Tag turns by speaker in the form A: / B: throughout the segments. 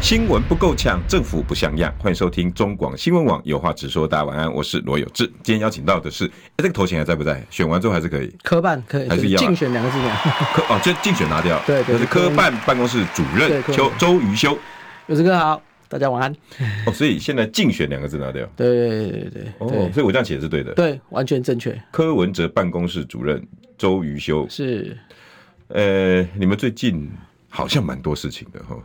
A: 新闻不够呛，政府不像样。欢迎收听中广新闻网，有话直说。大家晚安，我是罗有志。今天邀请到的是，哎，这个头衔还在不在？选完之后还是可以。
B: 科办可以
A: 还是一样啊
B: 竞选两个字 嘛？
A: 科哦，这竞选拿掉，
B: 对对
A: 那是科办办公室主任
B: 对科
A: 周周瑜修。
B: 有志哥好，大家晚安。
A: 哦，所以现在竞选两个字拿掉。
B: 对对对对
A: 哦，
B: 对
A: 所以我这样写是对的。
B: 对，完全正确，
A: 柯文哲办公室主任周瑜修，
B: 是
A: 呃，你们最近好像蛮多事情的哈，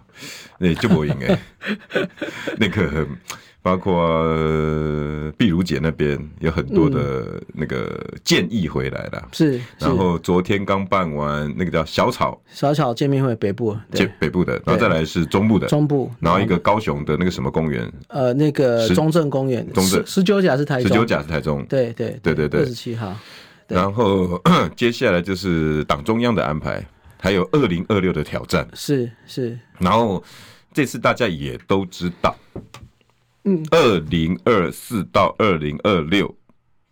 A: 那就不应该，欸那个包括呃碧如姐那边有很多的那个建议回来了。
B: 是嗯是
A: 然，后昨天刚办完那个叫小草，
B: 小小见面会北部
A: 建
B: 对
A: 北部的，然后再来是中部的，
B: 中部，
A: 然后一个高雄的那个什么公园，
B: 呃那个
A: 十
B: 中正公园，
A: 中正
B: 十十九甲是台
A: 十九
B: 中，
A: 甲是台中，
B: 对对
A: 对对对
B: 二十七号对
A: 然后 接下来就是党中央的安排，还有二零二六的挑战。
B: 是是
A: 然后这次大家也都知道，嗯，二零二四到二零二六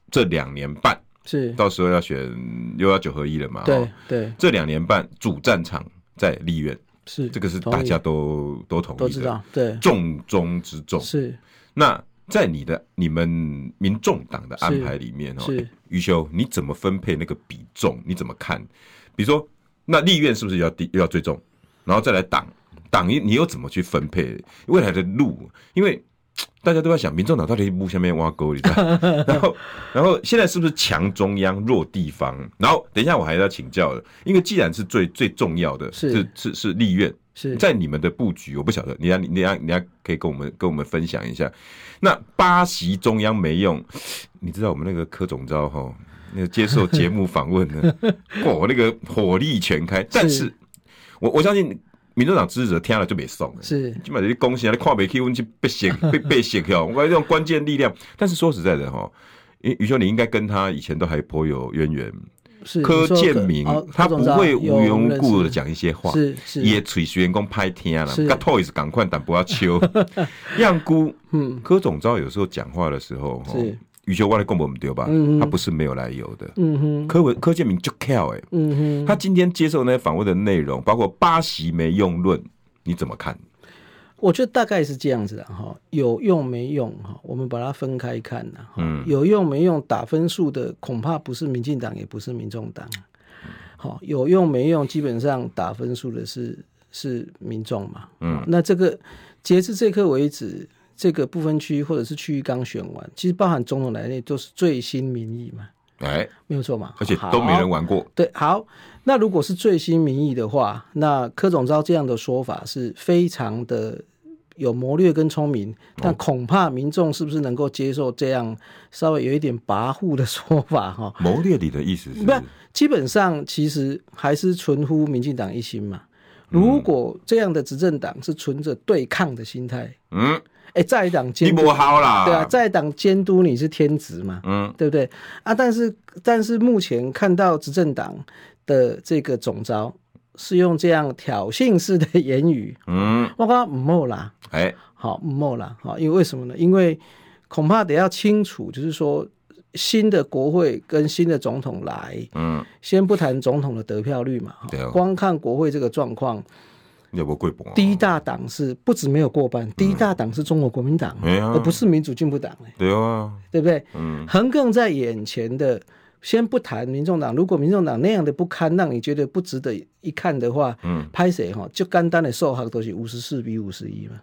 A: 这两年半，
B: 是，
A: 到时候要选又要九合一了嘛，哦
B: 对，对
A: 这两年半主战场在立院，
B: 是，
A: 这个是
B: 同意
A: 大家都都同意的，
B: 都知道，对
A: 重中之重。
B: 是
A: 那在你的你们民众党的安排里面哦
B: 是是，
A: 余修你怎么分配那个比重？你怎么看？比如说，那立院是不是要低要最重？然后再来党党，你你又怎么去分配未来的路？因为嘖大家都在想，民众党到底步下面挖沟里， 然后然后现在是不是强中央弱地方？然后等一下我还要请教的，因为既然是最最重要的，
B: 是
A: 是是是立院，
B: 是
A: 在你们的布局，我不晓得，你要你要你要可以跟我们跟我们分享一下。那巴西中央没用，你知道我们那个柯总召哈，那个接受节目访问 呢，我那个火力全开，但是我我相信民主党支持者听了就没送了。
B: 是
A: 基本上恭喜啊！你看不起我们就被 写被被写掉，我感觉这种关键力量。但是说实在的哈，于于兄，你应该跟他以前都还颇有渊源。
B: 是
A: 柯建明、
B: 哦
A: 他不会无缘无故的，
B: 你说柯哦柯总召有认识
A: 讲一些话，
B: 是是
A: 也催员工拍天了，
B: 是
A: 跟 Toys 赶快但不要 秋。样姑
B: 嗯
A: 柯总召有时候讲话的时候，
B: 是
A: 羽球外来共我们丢吧
B: 嗯，嗯
A: 他不是没有来由的。
B: 嗯哼
A: 柯文柯建明就 care 哎，
B: 嗯哼。
A: 他今天接受那些访问的内容，包括巴西没用论，你怎么看？
B: 我觉得大概是这样子的哈，有用没用哈，我们把它分开看呐。哈
A: 嗯
B: 有用没用打分数的恐怕不是民进党，也不是民众党。好，有用没用，基本上打分数的是是民众嘛。嗯，那这个截至这刻为止，这个不分区或者是区域刚选完，其实包含总统来内都是最新民意嘛，
A: 哎，
B: 没有错嘛。
A: 而且都没
B: 好
A: 人玩过，
B: 对，好，那如果是最新民意的话，那柯总召这样的说法是非常的有谋略跟聪明，
A: 哦
B: 但恐怕民众是不是能够接受这样稍微有一点跋扈的 说法哈？
A: 谋略里的意思是
B: 不，基本上其实还是存乎民进党一心嘛。
A: 嗯
B: 如果这样的执政党是存着对抗的心态，
A: 嗯，
B: 哎，在党
A: 你
B: 监督
A: 不好啦，
B: 对啊，在党监督你是天职嘛，
A: 嗯，
B: 对不对啊？但是但是目前看到执政党的这个总招是用这样挑衅式的 言语，
A: 嗯，
B: 我讲唔好啦，
A: 哎，
B: 好唔好啦，好，因为为什么呢？因为恐怕得要清楚，就是说新的国会跟新的总统来，
A: 嗯，
B: 先不谈总统的得票率嘛，哈
A: 对哦
B: 光看国会这个状况，
A: 要不贵博，
B: 第一大党是不止没有过半，第一大党是中国国民党，
A: 嗯哎呀
B: 而不是民主进步党、欸
A: 对啊，
B: 对不对？
A: 嗯，
B: 横亘在眼前的，先不谈民众党，如果民众党那样的不堪，让你觉得不值得一看的话，
A: 嗯，
B: 拍谁哈？就简单的受害都是五十四比五十一嘛，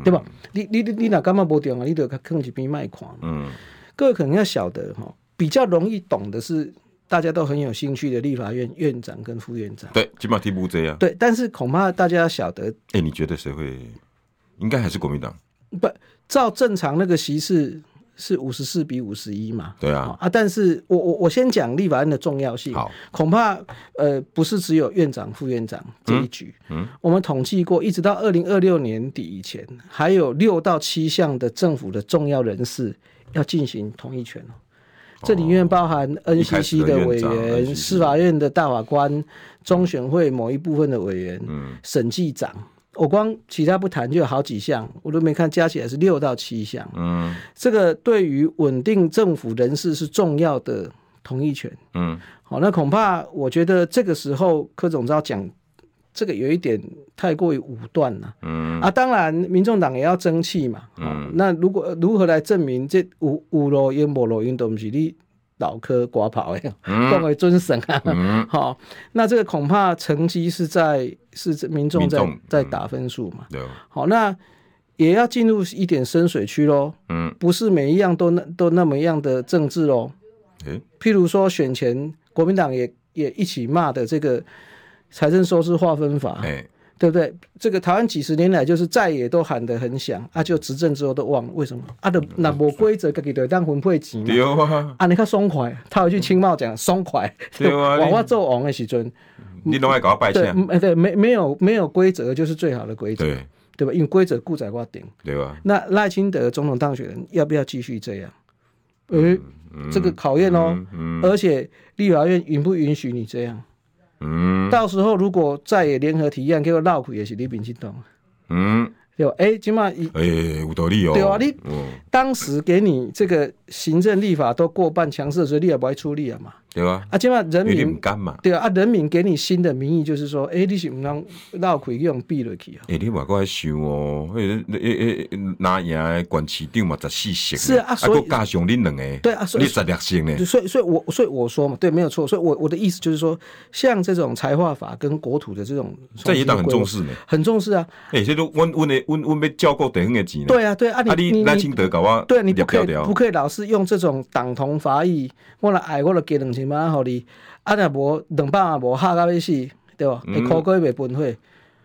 A: 嗯
B: 对吧？你你你你哪干嘛不中啊？你得坑一边卖款嘛。
A: 嗯，
B: 各位可能要晓得哈，比较容易懂的是大家都很有兴趣的立法院院长跟副院长。
A: 对，起码替补这样。
B: 对，但是恐怕大家要晓得，
A: 哎、你觉得谁会？应该还是国民党，
B: 不照正常那个席次是五十四比五十一嘛？
A: 对
B: 好
A: 啊，
B: 啊，但是我我我先讲立法院的重要性。
A: 好，
B: 恐怕呃不是只有院长、副院长这一局。
A: 嗯嗯
B: 我们统计过，一直到二零二六年底以前，还有六到七项的政府的重要人士要进行同意权哦。这里面包含
A: 一开始
B: NCC
A: 的
B: 的委
A: 院长
B: 员、
A: NCC
B: 司法院的大法官、中选会某一部分的委员、
A: 嗯
B: 审计长。我光其他不谈，就有好几项，我都没看，加起来是六到七项。
A: 嗯
B: 这个对于稳定政府人事是重要的同意权。
A: 嗯
B: 好，那恐怕我觉得这个时候柯总召讲这个有一点太过于武断了。
A: 嗯
B: 啊，当然，民众党也要争气嘛。哦那如果呃如何来证明这有有路用无路用，都不是你脑科刮跑的， 讲为尊神啊。 好、
A: 嗯
B: 那这个恐怕成绩是在是这民众
A: 民
B: 在
A: 众
B: 在
A: 嗯
B: 打分数嘛。
A: 对，
B: 好、那也要进入一点深水区喽，
A: 嗯
B: 不是每一样都那都那么样的政治喽。
A: 诶
B: 譬如说选前国民党也也一起骂的这个财政收支划分法，
A: 诶
B: 对不对？这个台湾几十年来就是在野都喊得很响，啊，就执政之后都忘了为什么啊？都那无规则，自己就当分配钱嘛。
A: 嗯对啊，
B: 啊，你看爽快，他有一句清茂讲爽快，
A: 对 啊
B: 我
A: 你
B: 我做王的时阵，
A: 你拢爱搞我拜
B: 对，
A: 请，
B: 嗯呃对，没没有没有规则就是最好的规则，
A: 对
B: 对吧？因为规则固在我顶。
A: 对哦吧？
B: 那赖清德总统当选人要不要继续这样？呃，这个考验哦，
A: 嗯
B: 而且立法院允不允许你这样？
A: 嗯
B: 到时候如果在野联合提案给我绕苦，也是李秉进动，
A: 嗯，
B: 对吧？哎，起码以
A: 诶，有道理哦，
B: 对啊你
A: 嗯，
B: 当时给你这个行政立法都过半强势的时候，你也不会出力啊嘛。
A: 对吧？
B: 啊，起码人
A: 因为你唔
B: 民
A: 敢嘛，
B: 对啊，啊人民给你新的民意就是说，哎、你是唔能绕开用避落去啊。
A: 诶，你嘛过来想哦，诶诶诶，拿赢的县市长嘛十四席呢，
B: 是啊所以
A: 还加上你两个，
B: 对啊所以
A: 你十六席呢，
B: 所以，所以我所以我说嘛，对，没有错。所以我我的意思就是说，像这种财化法跟国土的这种，
A: 在野党很重，视呢。
B: 很重视啊。
A: 诶，这都阮阮的阮阮要照顾地方的钱呢。
B: 对啊，对啊，
A: 啊，
B: 你
A: 你
B: 你
A: 赖
B: 你
A: 清德搞我，
B: 对，你不可以
A: 聊
B: 不可以老是用这种党同伐异，我来爱我就加两千万给你，啊若无两百万无下到要死，对吧？
A: 嗯
B: 会苦瓜袂分血。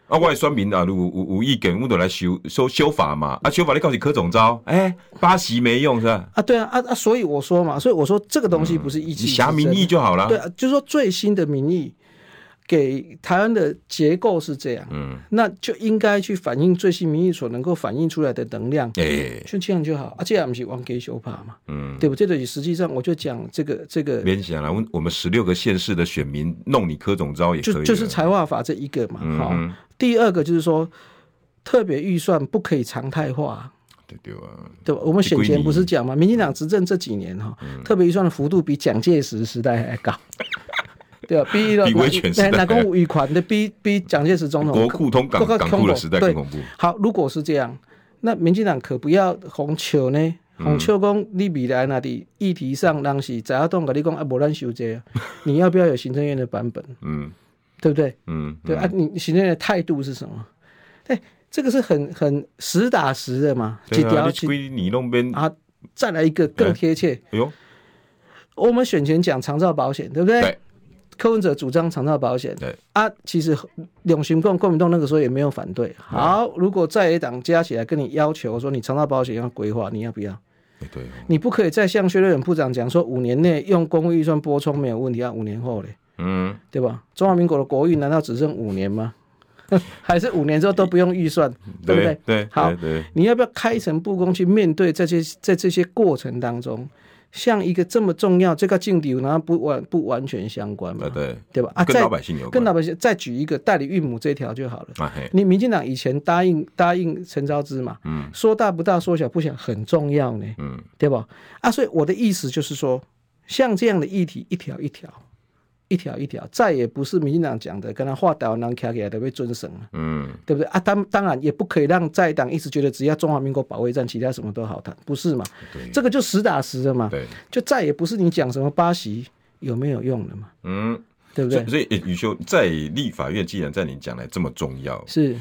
A: 啊，我的选民啊，有有有意见，我们就来修修修法嘛。啊，修法你告诉柯总招，哎、八席没用是吧？
B: 啊，对啊，啊啊，所以我说嘛，所以我说这个东西不是一
A: 嗯你
B: 己
A: 挟民意，就好了。
B: 对、啊，就是说最新的民意给台湾的结构是这样，
A: 嗯，
B: 那就应该去反映最新民意所能够反映出来的能量，
A: 哎、
B: 就这样就好。啊，这样不是往给修怕嘛，
A: 嗯，
B: 对不对？这个实际上我就讲这个这个，
A: 别想了，我啊我们十六个县市的选民弄你柯总招也可以啊
B: 就
A: 了，
B: 就是财划法这一个嘛，哈、
A: 嗯，
B: 第二个就是说，特别预算不可以常态化，
A: 对对啊，
B: 对吧？我们选
A: 归
B: 前
A: 你
B: 不是讲嘛，民进党执政这几年哈、
A: 嗯
B: 特别预算的幅度比蒋介石时代还高， 对吧？比
A: 比威权时代
B: 哪个五余款的比比蒋介石总统
A: 国库通港
B: 更
A: 港库的
B: 恐
A: 时代
B: 对
A: 更恐怖。
B: 好，如果是这样，那民进党可不要红球呢。
A: 嗯
B: 红球讲你未来那的议题上，当时在阿栋跟你讲啊，无咱修这个，你要不要有行政院的版本，
A: 嗯
B: 对不对？
A: 嗯，
B: 对啊，你行政的态度是什么？对，这个是很很实打实的嘛，几
A: 对啊，
B: 条
A: 你归你弄边，
B: 啊，再来一个更贴切。
A: 哎呦，
B: 我们选前讲长照保险，对不对？
A: 对
B: 柯文哲主张长照保险，
A: 对
B: 啊，其实永行共国民党那个时候也没有反对。好，如果在野党加起来跟你要求说你长照保险要规划，你要不要？
A: 哎对哦，
B: 你不可以再向薛瑞远部长讲说五年内用公务预算拨充没有问题，啊，五年后嘞，
A: 嗯，
B: 对吧？中华民国的国运难道只剩五年吗？ 还是五年之后都不用预算，对不
A: 对
B: 对？
A: 对，
B: 好
A: 对对，
B: 你要不要开诚布公去面对在这些在这些过程当中，像一个这么重要，这个劲敌然后不完不完全相关嘛
A: 啊，对，
B: 对吧？啊，
A: 跟
B: 再
A: 老百姓有关，
B: 跟老百姓再举一个代理孕母这条就好了。
A: 啊嘿，
B: 你民进党以前答应答应陈昭之嘛，
A: 嗯
B: 说大不大，说小不小，很重要呢，
A: 嗯
B: 对吧？啊，所以我的意思就是说，像这样的议题，一条一条，一条一条，再也不是民进党讲的，跟他画倒囊卡起来的被尊神了。
A: 嗯。
B: 对不对啊？当当然也不可以让在党一直觉得只要中华民国保卫战，其他什么都好谈，不是嘛？
A: 对
B: 这个就实打实的嘛，
A: 对，
B: 就再也不是你讲什么巴西有没有用了嘛，
A: 嗯，
B: 对不
A: 所
B: 对
A: 以？所以诶宇修在立法院，既然在你讲来这么重要，
B: 是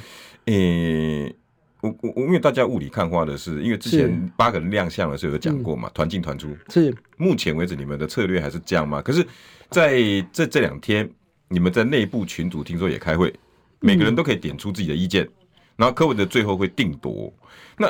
A: 诶、呃我我我，因为大家雾里看花的是，因为之前八个人亮相的时候有讲过
B: 嗯
A: 嘛，团进团出。
B: 是，
A: 目前为止，你们的策略还是这样吗？可是在这这两天，你们在内部群组听说也开会，每个人都可以点出自己的意见，然后柯文哲最后会定夺。那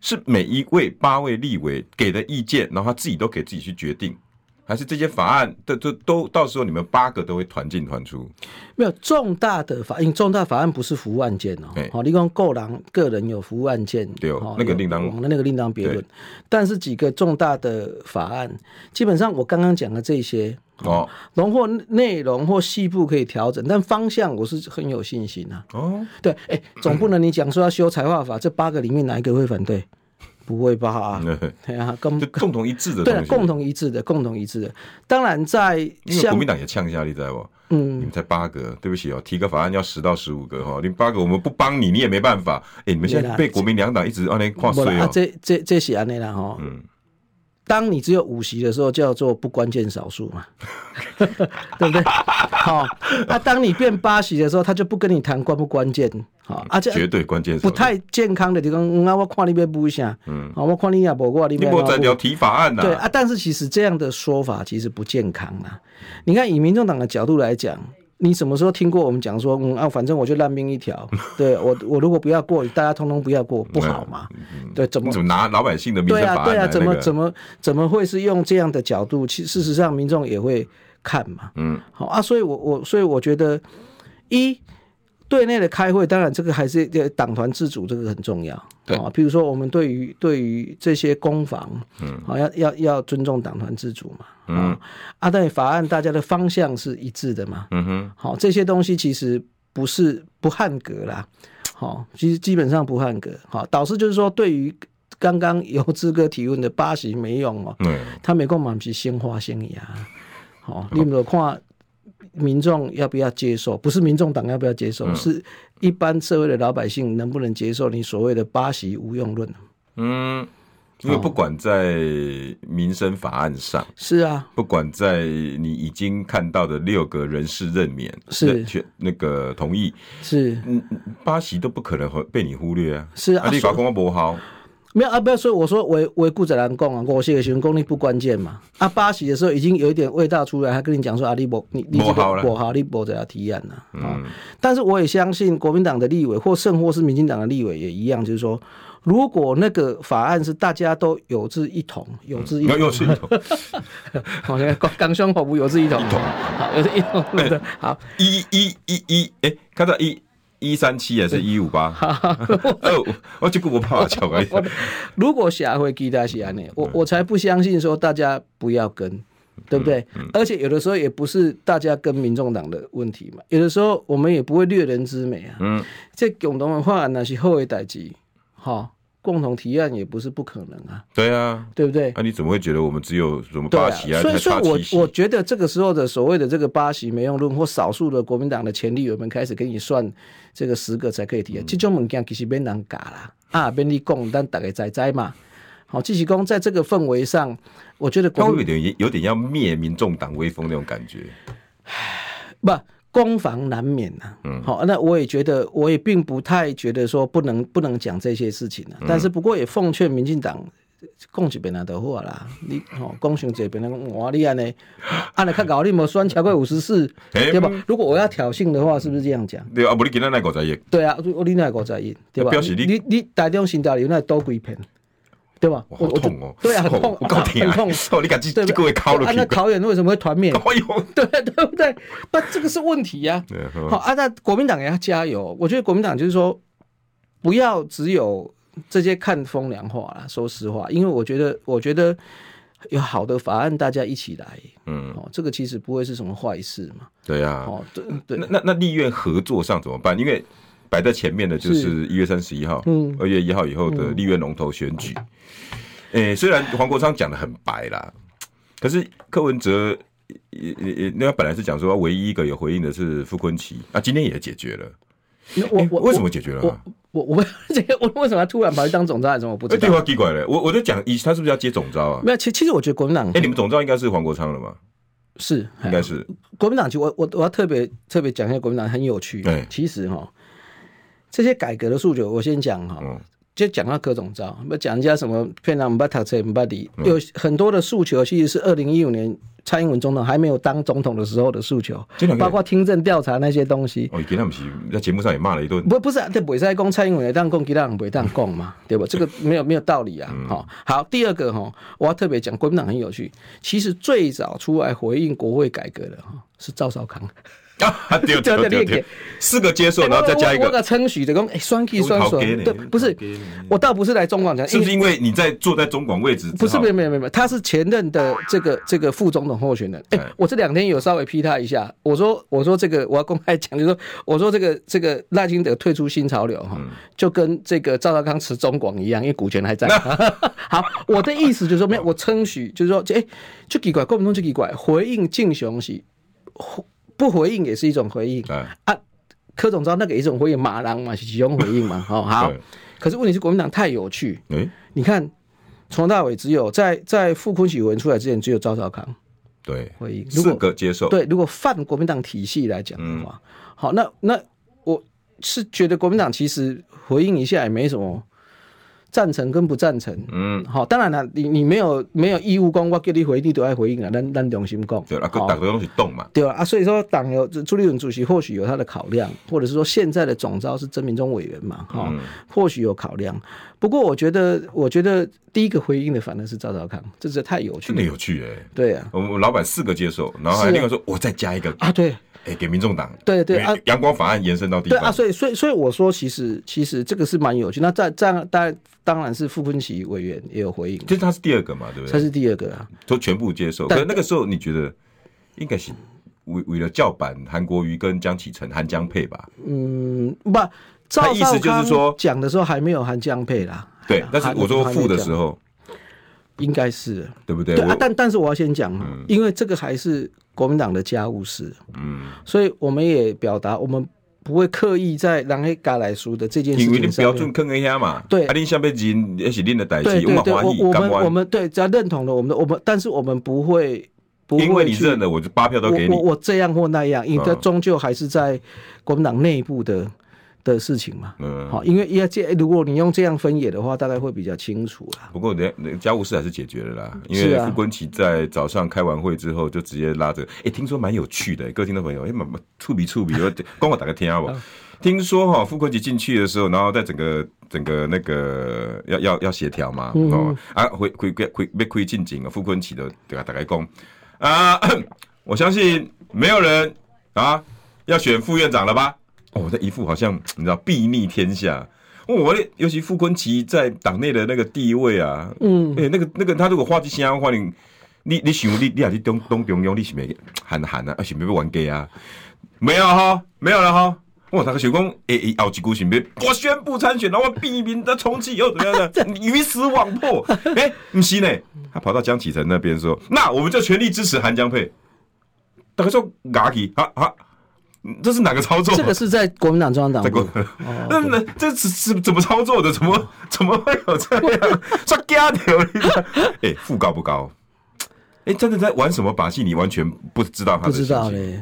A: 是每一位八位立委给的意见，然后他自己都可以自己去决定，还是这些法案的都都到时候你们八个都会团进团出？
B: 没有重大的法，因为重大法案不是服务案件哦
A: 对。
B: 好，你讲个人个人有服务案件，
A: 对哦
B: 好
A: 那个
B: 有
A: 另当
B: 哦那那个另当别论
A: 对。
B: 但是几个重大的法案，基本上我刚刚讲的这些，
A: 哦
B: 荣获内容或细部可以调整，但方向我是很有信心啊。
A: 哦，
B: 对，哎，总不能你讲说要修财划法，这八个里面哪一个会反对？不会吧？
A: 嗯
B: 对啊，跟
A: 就共同一致的
B: 对啊
A: 东，西。
B: 共同一致的，共同一致的。当然，在
A: 因为国
B: 像
A: 民党也呛一下，你知道不？你
B: 嗯，
A: 们才八个，对不起哦，提个法案要十到十五个哈，你八个我们不帮你，你也没办法。哎，你们现
B: 没
A: 在
B: 啦
A: 被国民两党一直按那跨
B: 不
A: 税
B: 啦，啊
A: 哦，
B: 这这这是安内啦哈。
A: 嗯
B: 当你只有五席的时候，叫做不关键少数 嘛，对不对？好、那、当你变八席的时候，他就不跟你谈关不关键，好、而且
A: 绝对关键。
B: 不，太健康的就讲，嗯啊，我看你要补一下，嗯，啊，我看你也无我，你
A: 你
B: 要
A: 莫
B: 补
A: 在。聊提法案呐
B: 对。啊，但是其实这样的说法其实不健康啊。你看，以民众党的角度来讲，你什么时候听过我们讲说，嗯啊，反正我就烂命一条，对我我如果不要过，大家通通不要过，不好嘛？对，怎么
A: 你怎么拿老百姓的民
B: 对
A: 生
B: 啊，
A: 法案
B: 对啊，
A: 来
B: 怎
A: 那
B: 么
A: 个？
B: 怎么怎么会是用这样的角度？其事实上，民众也会看嘛。
A: 嗯，
B: 好啊，所以我我所以我觉得，一对内的开会，当然这个还是呃党团自主，这个很重要。
A: 对
B: 啊，比如说我们对于对于这些攻防，嗯，好、要要要尊重党团自主嘛。嗯，啊，但法案大家的方向是一致的嘛。
A: 嗯哼，
B: 好、这些东西其实不是不汉格啦，好、其实基本上不汉格。好、导师就是说，对于刚刚由志哥提问的巴西没用哦，
A: 对，
B: 他美国嘛不是先花先赢啊，好、你们有看民众要不要接受？不是民众党要不要接受，是一般社会的老百姓能不能接受你所谓的巴西无用论？
A: 嗯，因为不管在民生法案上。
B: 是啊，
A: 不管在你已经看到的六个人事任免
B: 是
A: 任全那个同意，
B: 是
A: 嗯，嗯巴西都不可能和被你忽略啊。
B: 是
A: 啊，
B: 啊，
A: 你搞
B: 说
A: 公安不好，
B: 没有啊，不要说我说维维顾着人讲啊，我是个选功力不关键嘛。啊，巴西的时候已经有一点味道出来，还跟你讲说啊，你不你你这
A: 不好
B: 个
A: 了
B: 不好，你不这要提案呐、啊。嗯、但是我也相信国民党的立委或甚或是民进党的立委也一样，就是说，如果那个法案是大家都有志一同，有志一
A: 又
B: 同，
A: 又是一头
B: 我现在刚刚胸口不有志一同，一同好，有志一同，对的，好，
A: 一一一一，哎，看到一一三七还是一五八？ 哦，我就顾我怕巧而已。
B: 如果下回给大家安内，我我才不相信说大家不要跟，对不对？而且有的时候也不是大家跟民众党的问题嘛，有的时候我们也不会略人之美啊。
A: 嗯，
B: 这共同文化那是后一代机，哈、共同提案也不是不可能啊，
A: 对啊，
B: 对不对？
A: 那你怎么会觉得我们只有什么
B: 对啊，
A: 巴西啊，
B: 所以
A: 才
B: 所
A: 差七
B: 以我我
A: 席？
B: 觉得这个时候的所谓的这个巴西没用论，或少数的国民党的前立委们开始给你算这个十个才可以
A: 嗯
B: 提案，啊这种物件其实免人教啦，啊，免你讲，咱大家知知嘛。好，季喜公在这个氛围上，我觉得
A: 他
B: 国
A: 会不会
B: 民
A: 有点有点要灭民众党威风那种感觉？
B: 不攻防难免呐、嗯，好，那我也觉得，我也并不太觉得说不能不能讲这些事情
A: 嗯
B: 啊。但是不过也奉劝民进党。讲一遍啊，就好啦。你吼讲上这边，讲哇，你安尼，安尼较搞，你无选超过五十四，
A: 哎
B: 对吧？如果我要挑衅的话，是不是这样讲？
A: 对啊，不，你今天那个在也，
B: 对啊，我你那个在意，对吧？
A: 表示你
B: 你你台中新大楼那多几片，对吧？
A: 哇好
B: 我
A: 痛哦！
B: 对啊，很痛，
A: 我够
B: 很
A: 疼
B: 痛，
A: 哦，你敢这
B: 对
A: 这
B: 吧
A: 个会敲了
B: 啊
A: 屁
B: 那
A: 股？
B: 桃园为什么会 团灭？
A: 哎呦，
B: 对 对不对？那这个是问题呀、
A: 对
B: 好
A: 好
B: 啊，那国民党也要加油。我觉得国民党就是说，不要只有这些看风凉话啦。说实话，因为我觉得，我觉得有好的法案，大家一起来，
A: 嗯，
B: 哦，这个其实不会是什么坏事嘛。
A: 对啊。
B: 哦，对
A: 那
B: 对，
A: 那那立院合作上怎么办？因为摆在前面的就是一月三十一号，
B: 嗯
A: 二月一号以后的立院龙头选举。诶、虽然黄国昌讲的很白啦，可是柯文哲也也也那本来是讲说唯一一个有回应的是傅昆奇啊，今天也解决了。
B: 那我
A: 诶
B: 我
A: 为什么解决了
B: 我
A: 啊？
B: 我我 这个我为什么要突然跑去当总裁？什么我不
A: 哎、
B: 知
A: 对
B: 道。
A: 话奇怪了，我我就讲，以他是不是要接总招啊？
B: 没有，哎其其实我觉得国民党
A: 哎、你们总招应该是黄国昌了嘛？
B: 是
A: 应该是
B: 国民党，其实我我我要特别特别讲一下国民党很有趣
A: 对。
B: 其实哈，这些改革的诉求，我先讲哦哈
A: 嗯，
B: 就讲到各种
A: 嗯
B: 招，不讲人家什么骗人不读册不理，有很多的诉求其实是二零一五年蔡英文总统还没有当总统的时候的诉求
A: 这两，个
B: 包括听证调查那些东西。
A: 哦，给他们是在节目上也骂了一顿，
B: 不，不是啊，这不是供蔡英文的当供，其他人不当供嘛，对吧？这 个没有没有道理啊。
A: 嗯
B: 好、好，第二个哈、我要特别讲，国民党很有趣。其实最早出来回应国会改革的哈、是赵少康。
A: 啊， 对
B: 对
A: 对
B: 对
A: 对
B: 对
A: 对，四个接受，然后再加一
B: 哎我我
A: 个，
B: 个称许的讲，哎，双 K 双
A: 都
B: 爽
A: 是头家呢，
B: 对，不是，我倒不是来中广讲，
A: 是不是因为你在坐在中广位置之后？啊
B: 不是，没有没有没有没有，他是前任的这个这个副总统候选人。哎、
A: 哎
B: 我这两天有稍微批他一下，我说我说这个我要公开讲，就是说我说这个这个赖清德退出新潮流哈，
A: 嗯
B: 就跟这个赵少康持中广一样，因为股权还在。 好，我的意思就是说，没有我称许，就是说，哎、就奇怪，郭民东就奇怪，回应敬雄是回不回应也是一种回应
A: 哎
B: 啊。柯总知道那个也是一种回应，马郎嘛是其中回应嘛，哦好
A: 对。
B: 可是问题是国民党太有趣，
A: 哎，
B: 你看，从头到尾只有在在傅昆萁文出来之前，只有赵少康
A: 对，
B: 回应。如
A: 四
B: 果
A: 个嗯接受，
B: 对，如果泛国民党体系来讲的话，好，那那我是觉得国民党其实回应一下也没什么赞成跟不赞成。
A: 嗯，
B: 好，当然了，你你没有没有义务讲我叫你回应，你都要回应啊，咱咱良心讲。
A: 对，啊，
B: 好
A: 个打个东西动嘛，
B: 对吧？啊，所以说党有朱立伦主席或许有他的考量，或者是说现在的总召是曾明忠委员嘛，哈、
A: 嗯
B: 或许有考量。不过我觉得，我觉得第一个回应的反而是赵少康，这实在太有趣
A: 真的
B: 了。
A: 有趣哎。
B: 对啊，
A: 我们老板四个接受，然后还
B: 是啊
A: 另外说，我再加一个，
B: 啊对
A: 哎，给民众党，
B: 对对啊
A: 因为阳光法案延伸到地
B: 对啊，
A: 方，
B: 所以所以所以我说，其实其实这个是蛮有趣。那在这样，当然当然是傅昆萁委员也有回应，
A: 就是他是第二个嘛，对不
B: 这
A: 对？
B: 是第二个啊。
A: 都全部接受，
B: 但
A: 可是那个时候你觉得应该是为为了叫板韩国瑜跟江启臣、韩江配吧？
B: 嗯，不，赵
A: 他意思
B: 少
A: 就是
B: 康
A: 说
B: 讲的时候还没有韩江配啦。
A: 对
B: 还，
A: 但是我说
B: 还没
A: 负的
B: 讲
A: 时候，
B: 应该是。
A: 对不对？
B: 啊
A: 我，
B: 但但是我要先讲啊，因为这个还是国民党的家务事，
A: 嗯，
B: 所以我们也表达我们不会刻意在让黑嘎来输的这件事
A: 因为你
B: 情
A: 标
B: 上
A: 准
B: 面。
A: 坑一下嘛，
B: 对
A: 啊，你下辈子也是恁的代志，
B: 对对
A: 们
B: 对，
A: 欢
B: 我
A: 喜
B: 我
A: 甘
B: 们我
A: 愿，
B: 们对只要认同了我们的我们，但是我们不会不会
A: 因为你
B: 去
A: 认了，我就八票都给你
B: 我我，我这样或那样，因为它
A: 嗯
B: 终究还是在国民党内部的的事情嘛。
A: 嗯。
B: 好，因为要这如果你用这样分野的话，大概会比较清楚啦。
A: 不过人家人家家务事还是解决了啦，因
B: 是
A: 为
B: 啊
A: 傅昆萁在早上开完会之后就直接拉着，哎、听说蛮有趣的、各位听众朋友，哎、蛮蛮触鼻触鼻，我帮我打个听好不好？
B: 嗯
A: 听说哈、傅昆萁进去的时候，然后在整个整个那个要要要协调嘛，
B: 嗯
A: 哦啊，回回回回被亏进警啊，傅昆萁的对吧？打开工啊，我相信没有人啊要选副院长了吧？哦，这一副好像你知道睥睨天下。哦我的尤其傅昆萁在党内的那个地位啊，嗯，哎、那个那个他如果话题先安话你你你想你你也去东东中央，你是没喊喊啊，啊是没要玩 gay 啊？没有哈，没有了哈。我那个想讲，诶、欸，后一句是咩？我宣布参选，然后我避免的重启又怎么 样呢？你鱼死网破。哎、不是呢，他跑到江启臣那边说，那我们就全力支持韩江佩。大家说嘎起啊啊，这是哪个操作？
B: 这个是在国民党中央党
A: 在
B: 部
A: 国， 那那这是是怎么操作的？怎么怎么会有这样？ 说假的， 哎，副高不高？哎，真的在玩什么把戏？你完全不知道他
B: 不
A: 的
B: 知
A: 信
B: 道
A: 息
B: 嘞。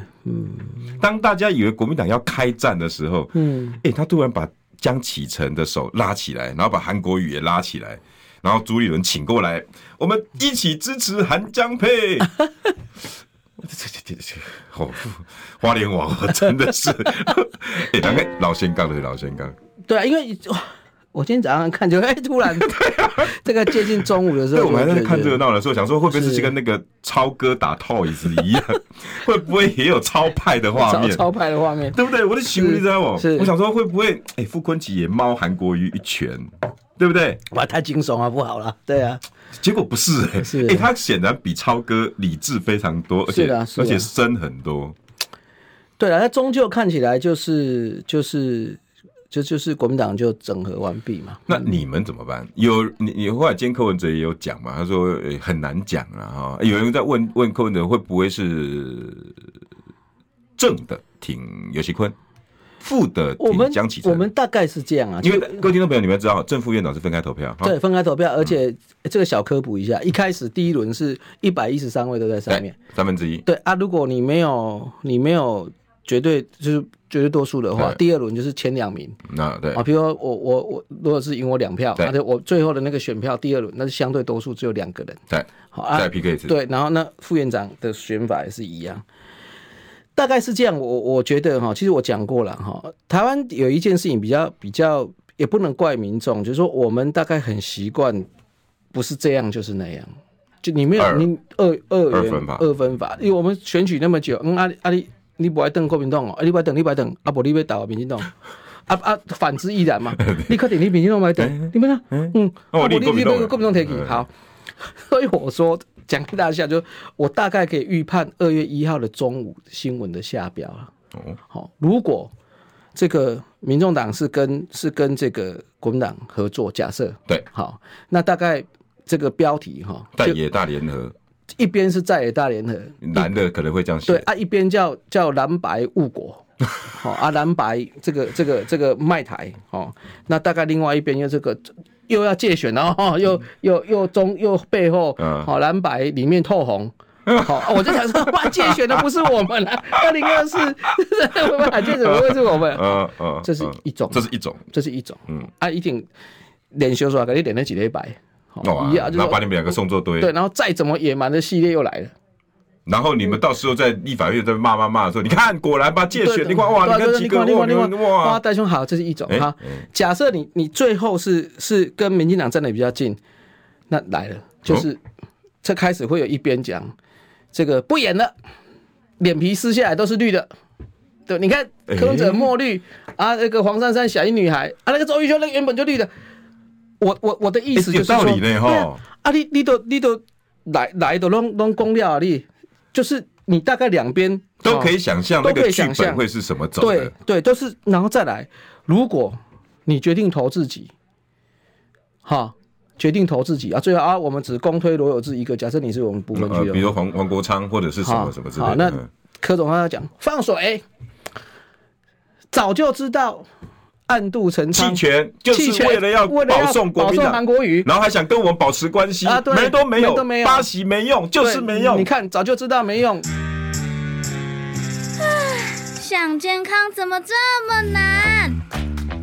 A: 当大家以为国民党要开战的时候，
B: 嗯，
A: 哎、他突然把江启臣的手拉起来，然后把韩国瑜也拉起来，然后朱立伦请过来，我们一起支持韩江佩。这这这这， 哦，花莲王我真的是， 哎、欸，大概老先杠的老先杠，
B: 对啊，因为哇我今天早上看就哎，突然 这个接近中午的时
A: 啊对，
B: 候，
A: 我们还在看热
B: 个。
A: 闹的时候，想说会不会是
B: 是
A: 跟那个超哥打 Toys 一样， 会不会也有超派的画
B: 超
A: 面？
B: 超拍的画面，
A: 对不对？我的行为你知道吗
B: 是？
A: 啊我想说会不会，哎、傅昆萁也猫韩国瑜一拳，对不对？
B: 哇，太惊悚啊，不好了。对啊，
A: 结果不是、哎，
B: 是
A: 哎、他显然比超哥理智非常多，而且
B: 是的是的
A: 而
B: 啊
A: 且深很多。
B: 对啊了，那终究看起来就是就是就就是国民党就整合完毕嘛。
A: 那你们怎么办？有你你后来今天柯文哲也有讲嘛，他说、哎很难讲了哈。哎有人在问问柯文哲会不会是正的挺尤熙坤，负的
B: 我
A: 挺
B: 们
A: 江启
B: 我
A: 臣？
B: 们大概是这样啊，
A: 因
B: 就
A: 为啊各位听众朋友，你们要知道，正副院长是分开投票哈。
B: 对分开投票，
A: 嗯
B: 而且这个小科普一下，一开始第一轮是一百一十三位都在上面，
A: 三分之一。
B: 对啊，如果你没有你没有绝对就是绝对多数的话，
A: 对
B: 第二轮就是前两名
A: 那对
B: 啊，比如说我我我如果是赢我两票，
A: 对
B: 而且我最后的那个选票第二轮那是相对多数只有两个人，
A: 对，
B: 好啊
A: 再 PK 一次，
B: 对，然后那副院长的选法也是一样，大概是这样。我我觉得哈，其实我讲过了哈，台湾有一件事情比较比较，也不能怪民众，就是说我们大概很习惯，不是这样就是那样。就你没有
A: 二
B: 你二二
A: 二
B: 元
A: 分法
B: 二分法，因为我们选举那么久，嗯啊啊你你不爱等国民党哦，啊你不爱等你不爱等，啊不你要倒民进党。啊啊，反之亦然嘛！你快点，你民进党买等，你们呢？嗯，
A: 那我
B: 啊
A: 立
B: 不你
A: 国民党
B: 你
A: 了
B: 国民党提起
A: 嗯
B: 好，所以我说讲给大家，就我大概可以预判二月一号的中午新闻的下标了。
A: 哦，
B: 好、如果这个民众党是跟是跟这个国民党合作，假设
A: 对，
B: 好，那大概这个标题哈、
A: 在
B: 就
A: 野大联合，
B: 一边是在野大联合，
A: 男的可能会这样
B: 对
A: 写，
B: 啊，一边叫叫蓝白误国， 好、啊蓝白这个这个这个卖台哦，那大概另外一边又这个又要借选了哦，又又又中又背后
A: 嗯
B: 好、蓝白里面透红。好、 啊我就想说，哇，借选的不是我们啊，二零二四， 我们借选不会是我们，
A: 嗯嗯，
B: 这是
A: 嗯
B: 一种
A: 这是一种，
B: 这是一种，
A: 嗯，
B: 啊，一定连修说，肯定连了几礼拜，好
A: 哇，
B: 哦一样
A: 哦啊然
B: 就是
A: 后把
B: 说
A: 你们两个送作堆，
B: 对，然后再怎么野蛮的系列又来了。
A: 然后你们到时候在立法院在骂骂骂的时候，你看果然吧，借
B: 对
A: 选，
B: 对
A: 你看哇，
B: 对啊
A: 你看
B: 对
A: 几个
B: 你
A: 哇，
B: 看
A: 你
B: 你看
A: 看
B: 你看哇，
A: 哇，
B: 戴兄好，这是一种
A: 哎
B: 哈。假设你你最后是是跟民进党站的比较近，那来了
A: 哦
B: 就是这开始会有一边讲这个不演了，脸皮撕下来都是绿的。对，你看
A: 哎
B: 柯文哲墨绿啊，那个黄珊珊小一女孩啊，那个周玉秋那个原本就绿的。我我我的意思
A: 哎
B: 就
A: 有
B: 是说，
A: 道理呢
B: 对啊
A: 吼
B: 啊，你你都你都来来都弄弄公料啊，你就是你大概两边
A: 都
B: 哦
A: 可以想象那
B: 都可
A: 个
B: 以
A: 剧
B: 想
A: 本
B: 象
A: 会是什么走
B: 对
A: 的，
B: 对，都是然后再来，如果你决定投自己，哈，决定投自己啊，最后啊，我们只公推罗有志一个，假设你是我们部分
A: 呃，
B: 区
A: 比
B: 的，
A: 如黄黄国昌或者是什么
B: 哦好
A: 什么之类
B: 好
A: 的
B: 那，
A: 嗯
B: 柯总他讲放水，早就知道暗度陈
A: 弃
B: 仓，
A: 权就是为了要
B: 为了
A: 保送国民
B: 保送韩
A: 党，
B: 国瑜。
A: 然后还想跟我们保持关系
B: 啊，对
A: 门都没有
B: 门都没，有
A: 巴西没用，就是
B: 对
A: 没
B: 你
A: 用。
B: 看，早就知道没用。
C: 想健康怎么这么难？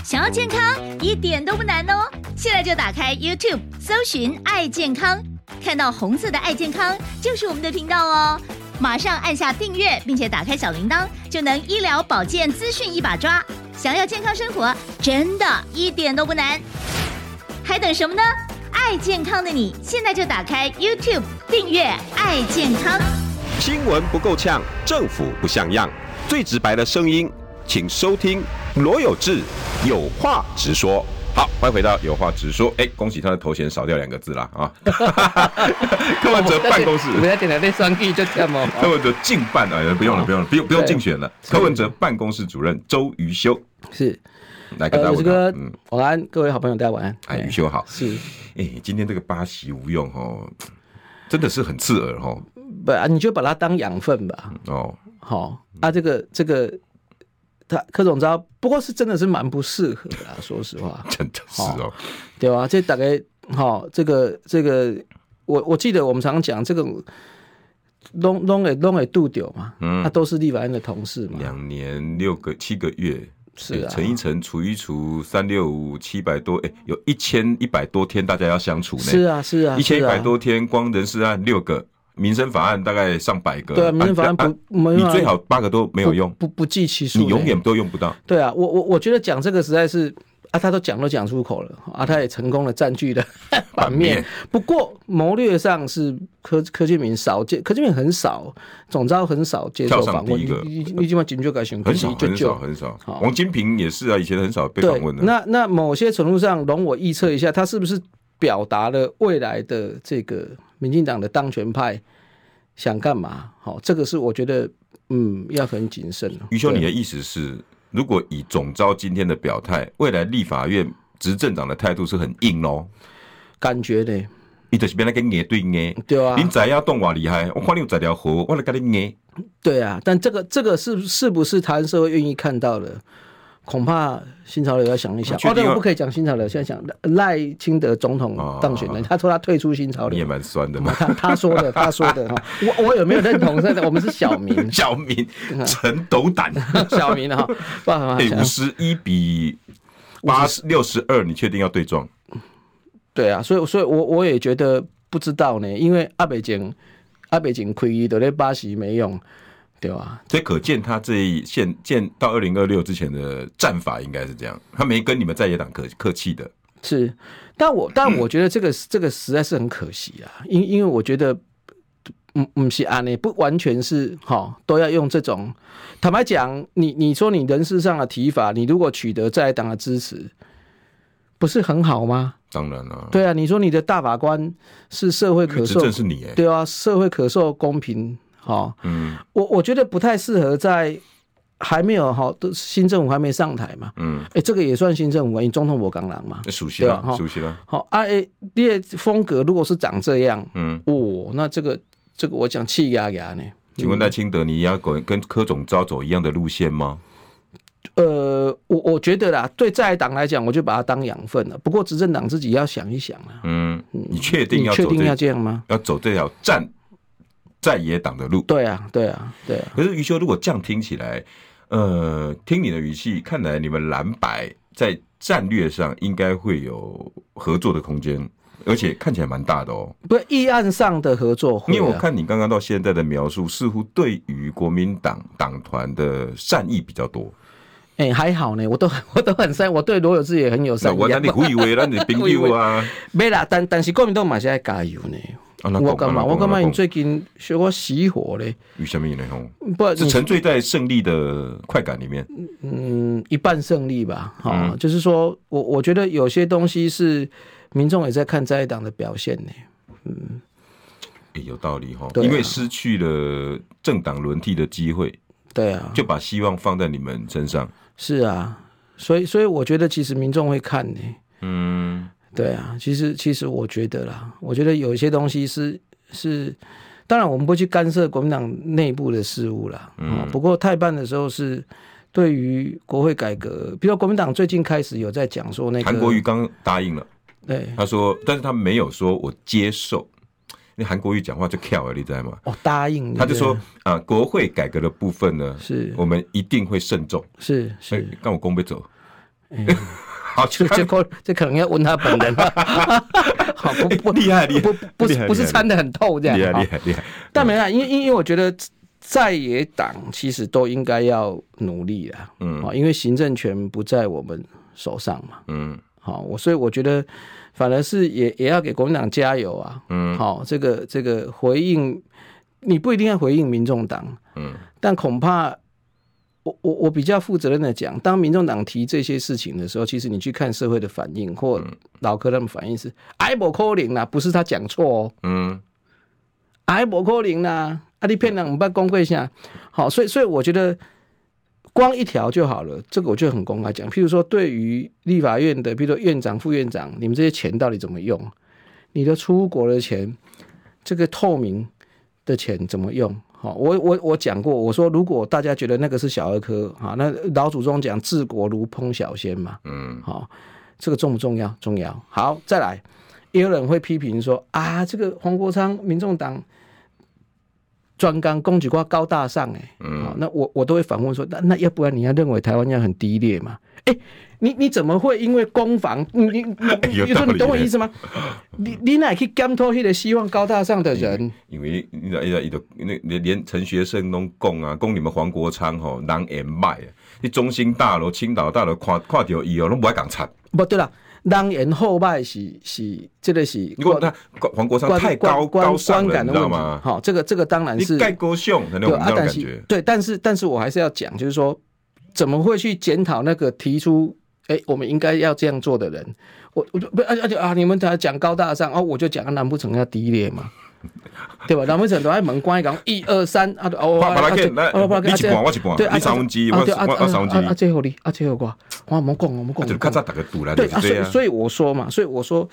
C: 想要健康一点都不难哦！现在就打开 YouTube 搜寻“爱健康”，看到红色的“爱健康”就是我们的频道哦。马上按下订阅，并且打开小铃铛，就能医疗保健资讯一把抓。想要健康生活，真的一点都不难，还等什么呢？爱健康的你，现在就打开 YouTube 订阅“爱健康”。
D: 新闻不够呛，政府不像样，最直白的声音，请收听罗有志有话直说。
A: 好，欢迎回到有话直说。哎，恭喜他的头衔少掉两个字啦啊！ 柯文哲办公室
B: 我，们在点台那双 G 就这哦么。
A: 柯文哲竞办哎，不用了，不用了，不用不用竞选了。柯文哲办公室主任周瑜修
B: 是，
A: 来跟大
B: 呃，
A: 家
B: 我是
A: 问
B: 哥
A: 好，嗯，，
B: 晚安，各位好朋友，大家晚安。
A: 哎，瑜修好。
B: 是。
A: 哎，今天这个巴西无用哦，真的是很刺耳哦
B: 不，啊你就把它当养分吧。
A: 哦。
B: 好、啊，这个这个，他柯总招，不过是真的是蛮不适合的啦，说实话，
A: 真的是哦，
B: 对吧、这大概好、这个这个，我我记得我们常讲这个。弄弄给弄给杜丢嘛，他、
A: 嗯
B: 都是立法院的同事嘛，
A: 两年六个七个月，
B: 是啊
A: 哎乘一乘，除一除，三六五七百多，哎，有一千一百多天大家要相处呢，
B: 是啊是啊，
A: 一千一
B: 是啊
A: 百多天，光人事案六个，民生法案大概上百个，
B: 对啊，民政法案
A: 啊啊
B: 不，没
A: 你
B: 办法
A: 最好八个都没有用，
B: 不不计其数呢，
A: 你永远都用不到，
B: 对啊，我我我觉得讲这个实在是啊，他都讲都讲出口了啊，他也成功的占据 了版面。
A: 面
B: 不过谋略上是柯柯建明少见，柯建明很少，总招很少接受
A: 跳上
B: 访问。
A: 第一个
B: 你你你基本警就改选，
A: 很少
B: 就
A: 很少
B: 就
A: 很少。
B: 好
A: 王金平也是啊，以前很少被
B: 对
A: 访问。的，
B: 那那某些程度上，容我预测一下，他是不是表达了未来的这个民进党的当权派想干嘛？好、这个是我觉得嗯要很谨慎哦。
A: 余秋，
B: 对
A: 你的意思是，如果以总招今天的表态，未来立法院执政党的态度是很硬喽？
B: 感觉呢？
A: 伊就是变来跟硬对硬。
B: 对啊，
A: 恁知影动偌厉害，我看你有十条河，我来跟你硬。
B: 对啊，但这个这个是是不是台湾社会愿意看到的？恐怕新潮流要想一想。
A: 确定
B: 哦，对，
A: 要
B: 我不可以讲新潮流，现在讲赖清德总统当选
A: 哦
B: 人，他说他退出新潮
A: 你也
B: 流。
A: 蛮酸的
B: 哦
A: 嘛。
B: 他他说的，他说的哈，我我有没有认同？真的，我们是 小民，
A: 小明
B: 嗯
A: 陈斗胆，
B: 小民哈，爸爸
A: 哎，五十一比八十六十二，你确定要对撞？
B: 对啊，所以所以我我也觉得不知道呢，因为阿北京阿北京亏一的在巴西没用，对吧？
A: 所以可见他这一现见到二零二六之前的战法应该是这样，他没跟你们在野党客客气的。
B: 是，但我但
A: 嗯
B: 我觉得这个这个实在是很可惜啊，因因为我觉得，嗯嗯是安内不完全是哈，都要用这种。坦白讲，你你说你人事上的提法，你如果取得在野党的支持，不是很好吗？
A: 当然了、
B: 对啊，你说你的大法官是社会
A: 因为
B: 可
A: 执
B: 受
A: 政是你哎、
B: 对啊，社会可受公平，哈、
A: 嗯
B: 我我觉得不太适合在还没有哈，都新政府还没上台嘛，
A: 嗯，
B: 哎，这个也算新政府啊，因为总统我刚来嘛，
A: 熟悉了
B: 对啊，哈
A: 熟悉了，
B: 好啊，哎，你的风格如果是长这样，
A: 嗯。
B: 哦，那这个这个我讲气压压呢，
A: 请问赖清德，你要跟跟柯总招走一样的路线吗？
B: 呃，我我觉得啦，对在野党来讲，我就把它当养分了。不过执政党自己要想一想啊，
A: 嗯，你确定
B: 你
A: 要
B: 确
A: 走
B: 定要
A: 这
B: 这样吗？
A: 要走这条战在野党的路？
B: 对啊，对啊，对啊，
A: 可是余修，如果这样听起来，呃，听你的语气，看来你们蓝白在战略上应该会有合作的空间，而且看起来蛮大的哦。
B: 不是议案上的合作会、啊，
A: 因为我看你刚刚到现在的描述，似乎对于国民党党团的善意比较多。
B: 哎、还好呢，我都我都很善，我对罗有志也很友
A: 那
B: 善。
A: 我那你胡以为，那你朋友啊，
B: 没啦，但但是国民党嘛是在加油呢。
A: 啊那
B: 我
A: 讲
B: 干嘛？
A: 那
B: 我
A: 讲
B: 干嘛？
A: 那
B: 你
A: 讲
B: 最近学过熄火嘞？
A: 与什么呢？吼，
B: 不，
A: 是
B: 你
A: 沉醉在胜利的快感里面。
B: 嗯一半胜利吧。哈、
A: 嗯
B: 就是说我我觉得有些东西是民众也在看在野党的表现呢。
A: 也有道理哈，
B: 对啊
A: 因为失去了政党轮替的机会，
B: 对啊，
A: 就把希望放在你们身上。
B: 是啊，所以所以我觉得其实民众会看呢。
A: 嗯，
B: 对啊，其实其实我觉得啦，我觉得有一些东西是是，当然我们不去干涉国民党内部的事务啦。嗯，不过太办的时候是对于国会改革，比如说国民党最近开始有在讲说那个
A: 韩国瑜刚答应了，
B: 对
A: 他说，但是他没有说我接受。那韩国瑜讲话就跳了，啊你知道吗？
B: 哦答应，
A: 他就
B: 对
A: 说啊、国会改革的部分呢，
B: 是
A: 我们一定会慎重。
B: 是
A: 所
B: 是
A: 以，让我公杯走，
B: 哎
A: 好，
B: 这 这可这可能要问他本人了。好不不
A: 厉害厉害
B: 不不
A: 厉害
B: 是不是
A: 厉害
B: 参的很透这样，
A: 厉害嗯
B: 好
A: 厉害厉害。
B: 但没啦，因为因为我觉得在野党其实都应该要努力啦，
A: 嗯
B: 啊，因为行政权不在我们手上嘛，
A: 嗯
B: 好，我所以我觉得反而是也也要给国民党加油啊，
A: 嗯
B: 好，这个这个回应你不一定要回应民众党，
A: 嗯，
B: 但恐怕。我我我比较负责任的讲，当民众党提这些事情的时候，其实你去看社会的反应或老柯他们反应是“哎，不可能啦”，不是他讲错哦，
A: 嗯，
B: 哎，无可能啦！啊，你骗人，唔捌讲过啥？好，所以所以我觉得光一条就好了，这个我就很公开讲。譬如说，对于立法院的，譬如说院长、副院长，你们这些钱到底怎么用？你的出国的钱，这个透明的钱怎么用？好，我我我讲过，我说如果大家觉得那个是小儿科啊，那老祖宗讲治国如烹小鲜嘛，
A: 嗯，
B: 好、这个重不重要？重要。好，再来，也有人会批评说啊，这个黄国昌、民众党专纲攻击过高大上、欸，哎、
A: 嗯
B: 好、那我我都会反问说，那那要不然你要认为台湾要很低劣嘛？哎、你你怎么会因为攻防，你你你，
A: 有
B: 你说
A: 道理
B: 你懂我
A: 耶
B: 意思吗？你你哪去监督那个希望高大上的人？
A: 因为你知道，你知道，伊就那连连陈学圣拢讲啊，讲你们黄国昌吼人会歹啊，你中心大楼、青岛大楼看看到伊哦，拢不爱讲惨。
B: 不对啦，人言后败是是，这个是
A: 你讲他黄国昌
B: 观
A: 太高
B: 观
A: 高尚了，
B: 观感
A: 你
B: 的
A: 知
B: 问
A: 道
B: 题。
A: 吗？
B: 好，这个这个当然
A: 你
B: 是
A: 盖高雄的那
B: 对
A: 种
B: 啊
A: 那，种
B: 但
A: 感
B: 是
A: 觉，
B: 对，但是但是我还是要讲，就是说，怎么会去检讨那个提出，哎、我们应该要这样做的人？我我就不而且而且啊，你们才讲高大上哦，我就讲啊难不成要低劣嘛？对吧？难不成都在门关一讲一二三啊？哦，
A: 我把
B: 啊
A: 它给，那你一半，我一
B: 对，
A: 半，你三分之一，我
B: 啊
A: 我我三
B: 啊啊，
A: 分之
B: 最后你啊，最后我，我冇讲，我冇
A: 啊一，就
B: 讲，
A: 咔嚓打个赌来就
B: 对
A: 是
B: 啊，所
A: 这
B: 以
A: 样。
B: 所以我说嘛，所以我说，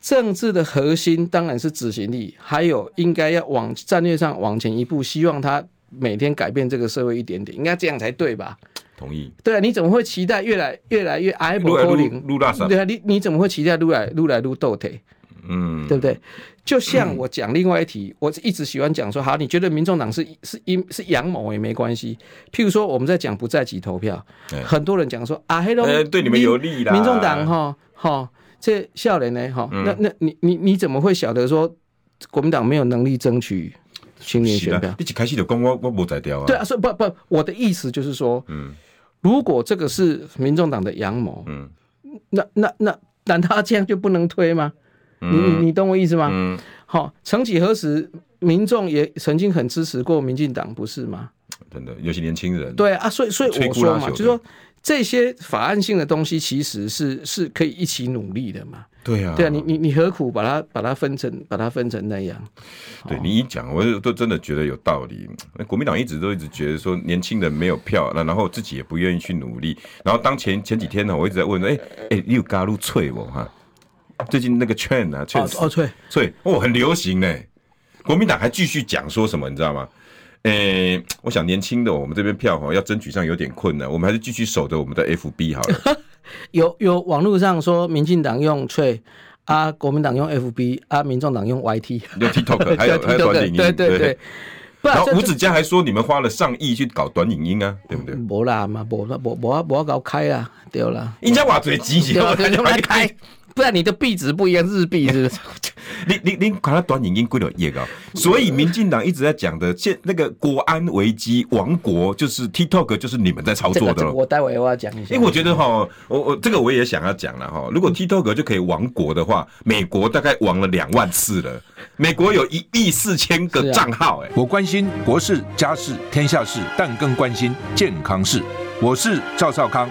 B: 政治的核心当然是执行力，还有应该要往战略上往前一步，希望他每天改变这个社会一点点，应该这样才对吧？
A: 同意。呃
B: 对啊，你怎么会期待越来越来越矮不
A: 撸来
B: 高
A: 嗯撸
B: 龄？
A: 撸大山，
B: 对啊，你你怎么会期待撸来撸来撸豆腿，
A: 嗯，
B: 对不对？就像我讲另外一题，我一直喜欢讲说，好，你觉得民众党是是阴是阳谋也没关系。譬如说我们在讲不在籍投票，
A: 哎
B: 很多人讲说啊，黑龙、
A: 呃对你们有利啦嗯
B: 民众党哈哈，这笑脸呢哈，那那你你你怎么会晓得说国民党没有能力争取青年
A: 是
B: 选
A: 啦
B: 票？
A: 你一开始就讲我我无在调啊，
B: 对啊，所以不不，我的意思就是说，嗯，如果这个是民众党的阳谋，
A: 嗯
B: 那那那难道这样就不能推吗？你你你懂我意思吗？
A: 嗯，
B: 好、曾几何时，民众也曾经很支持过民进党，不是吗？
A: 真的，尤其年轻人，
B: 对啊，所以所以
A: 摧
B: 我
A: 枯嗯拉
B: 说
A: 朽
B: 嘛，
A: 的
B: 就说这些法案性的东西其实是是可以一起努力的嘛。
A: 对啊，
B: 对啊，你你你何苦把它把它分成把它分成那样？哦
A: 对你一讲，我就都真的觉得有道理。那国民党一直都一直觉得说年轻人没有票，那然后自己也不愿意去努力。然后当前前几天呢，我一直在问说，哎、哎、你有嘎路脆我哈？最近那个券啊，券
B: 哦哦，对，
A: 脆哦很流行呢。国民党还继续讲说什么，你知道吗？诶、我想年轻的我们这边票哈要争取上有点困难，我们还是继续守着我们的 FB 好了。
B: 有有网络上说民进党用翠啊，国民党用 FB 啊，民众党用 YT，
A: 用 TikTok，还有还有
B: 对
A: 短影音，
B: 对对对。。不
A: 然后
B: 这
A: 吴子嘉还说你们花了上亿去搞短影音啊，对不对？
B: 无啦嘛，无无无无搞开啦，对啦，
A: 人家话最积极，
B: 对啊，对用来开，不然你的币值不一样，日币 是不是？
A: 哎你你你看他短影音归了业高，哦所以民进党一直在讲的现那个国安危机亡国，就是 TikTok 就是你们在操
B: 这
A: 作
B: 个
A: 的
B: 这个
A: 了。
B: 我待会我要讲一下。
A: 因为我觉得哈，我我这个我也想要讲了哈。如果 TikTok 就可以亡国的话，美国大概亡了两万次了。美国有一亿四千
B: 是
A: 个
B: 啊
A: 账号、哎、
E: 我关心国事、家事、天下事，但更关心健康事。我是赵少康，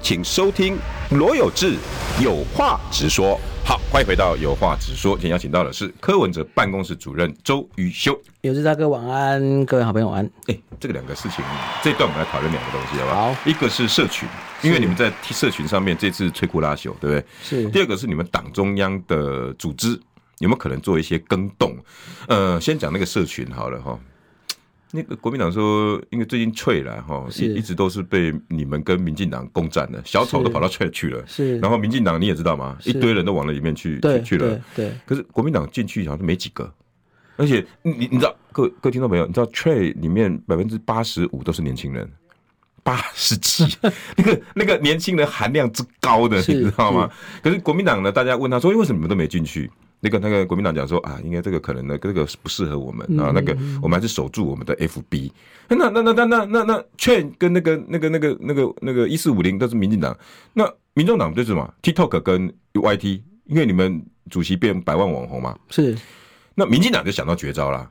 D: 请收听罗有志有话直说。
A: 好，欢迎回到有话直说，今天邀请到的是柯文哲办公室主任周瑜修。
B: 有志大哥晚安，各位好朋友晚安。
A: 哎、这个两个事情，这一段我们来讨论两个东西，好不好？
B: 好
A: 一个是社群，因为你们在社群上面这次摧枯拉朽，对不对？
B: 是
A: 第二个是你们党中央的组织有没有可能做一些更动？呃，先讲那个社群好了哈。那个国民党说，因为最近翠了哈，
B: 是
A: 一一直都是被你们跟民进党攻占的，小丑都
B: 是
A: 跑到翠去了。
B: 是
A: 然后民进党你也知道嘛，一
B: 是
A: 堆人都往那里面去
B: 对
A: 去去了。
B: 对对
A: 可是国民党进去好像没几个，而且你你你知道，各位各位听众朋友，你知道 Trey 里面百分之八十五都是年轻人，八十 七，那个那个年轻人含量之高的，
B: 是
A: 你知道吗？啊可是国民党呢，大家问他说，哎为什么你们都没进去？那个那个国民党讲说啊，应该这个可能呢，这个不适合我们啊，那个我们还是守住我们的 FB。那那那那那那那券跟那个那个那个那个那个一四五零都是民进党，那民众党就是什么 TikTok 跟 YT，因为你们主席变百万网红嘛，
B: 是
A: 那民进党就想到绝招啦，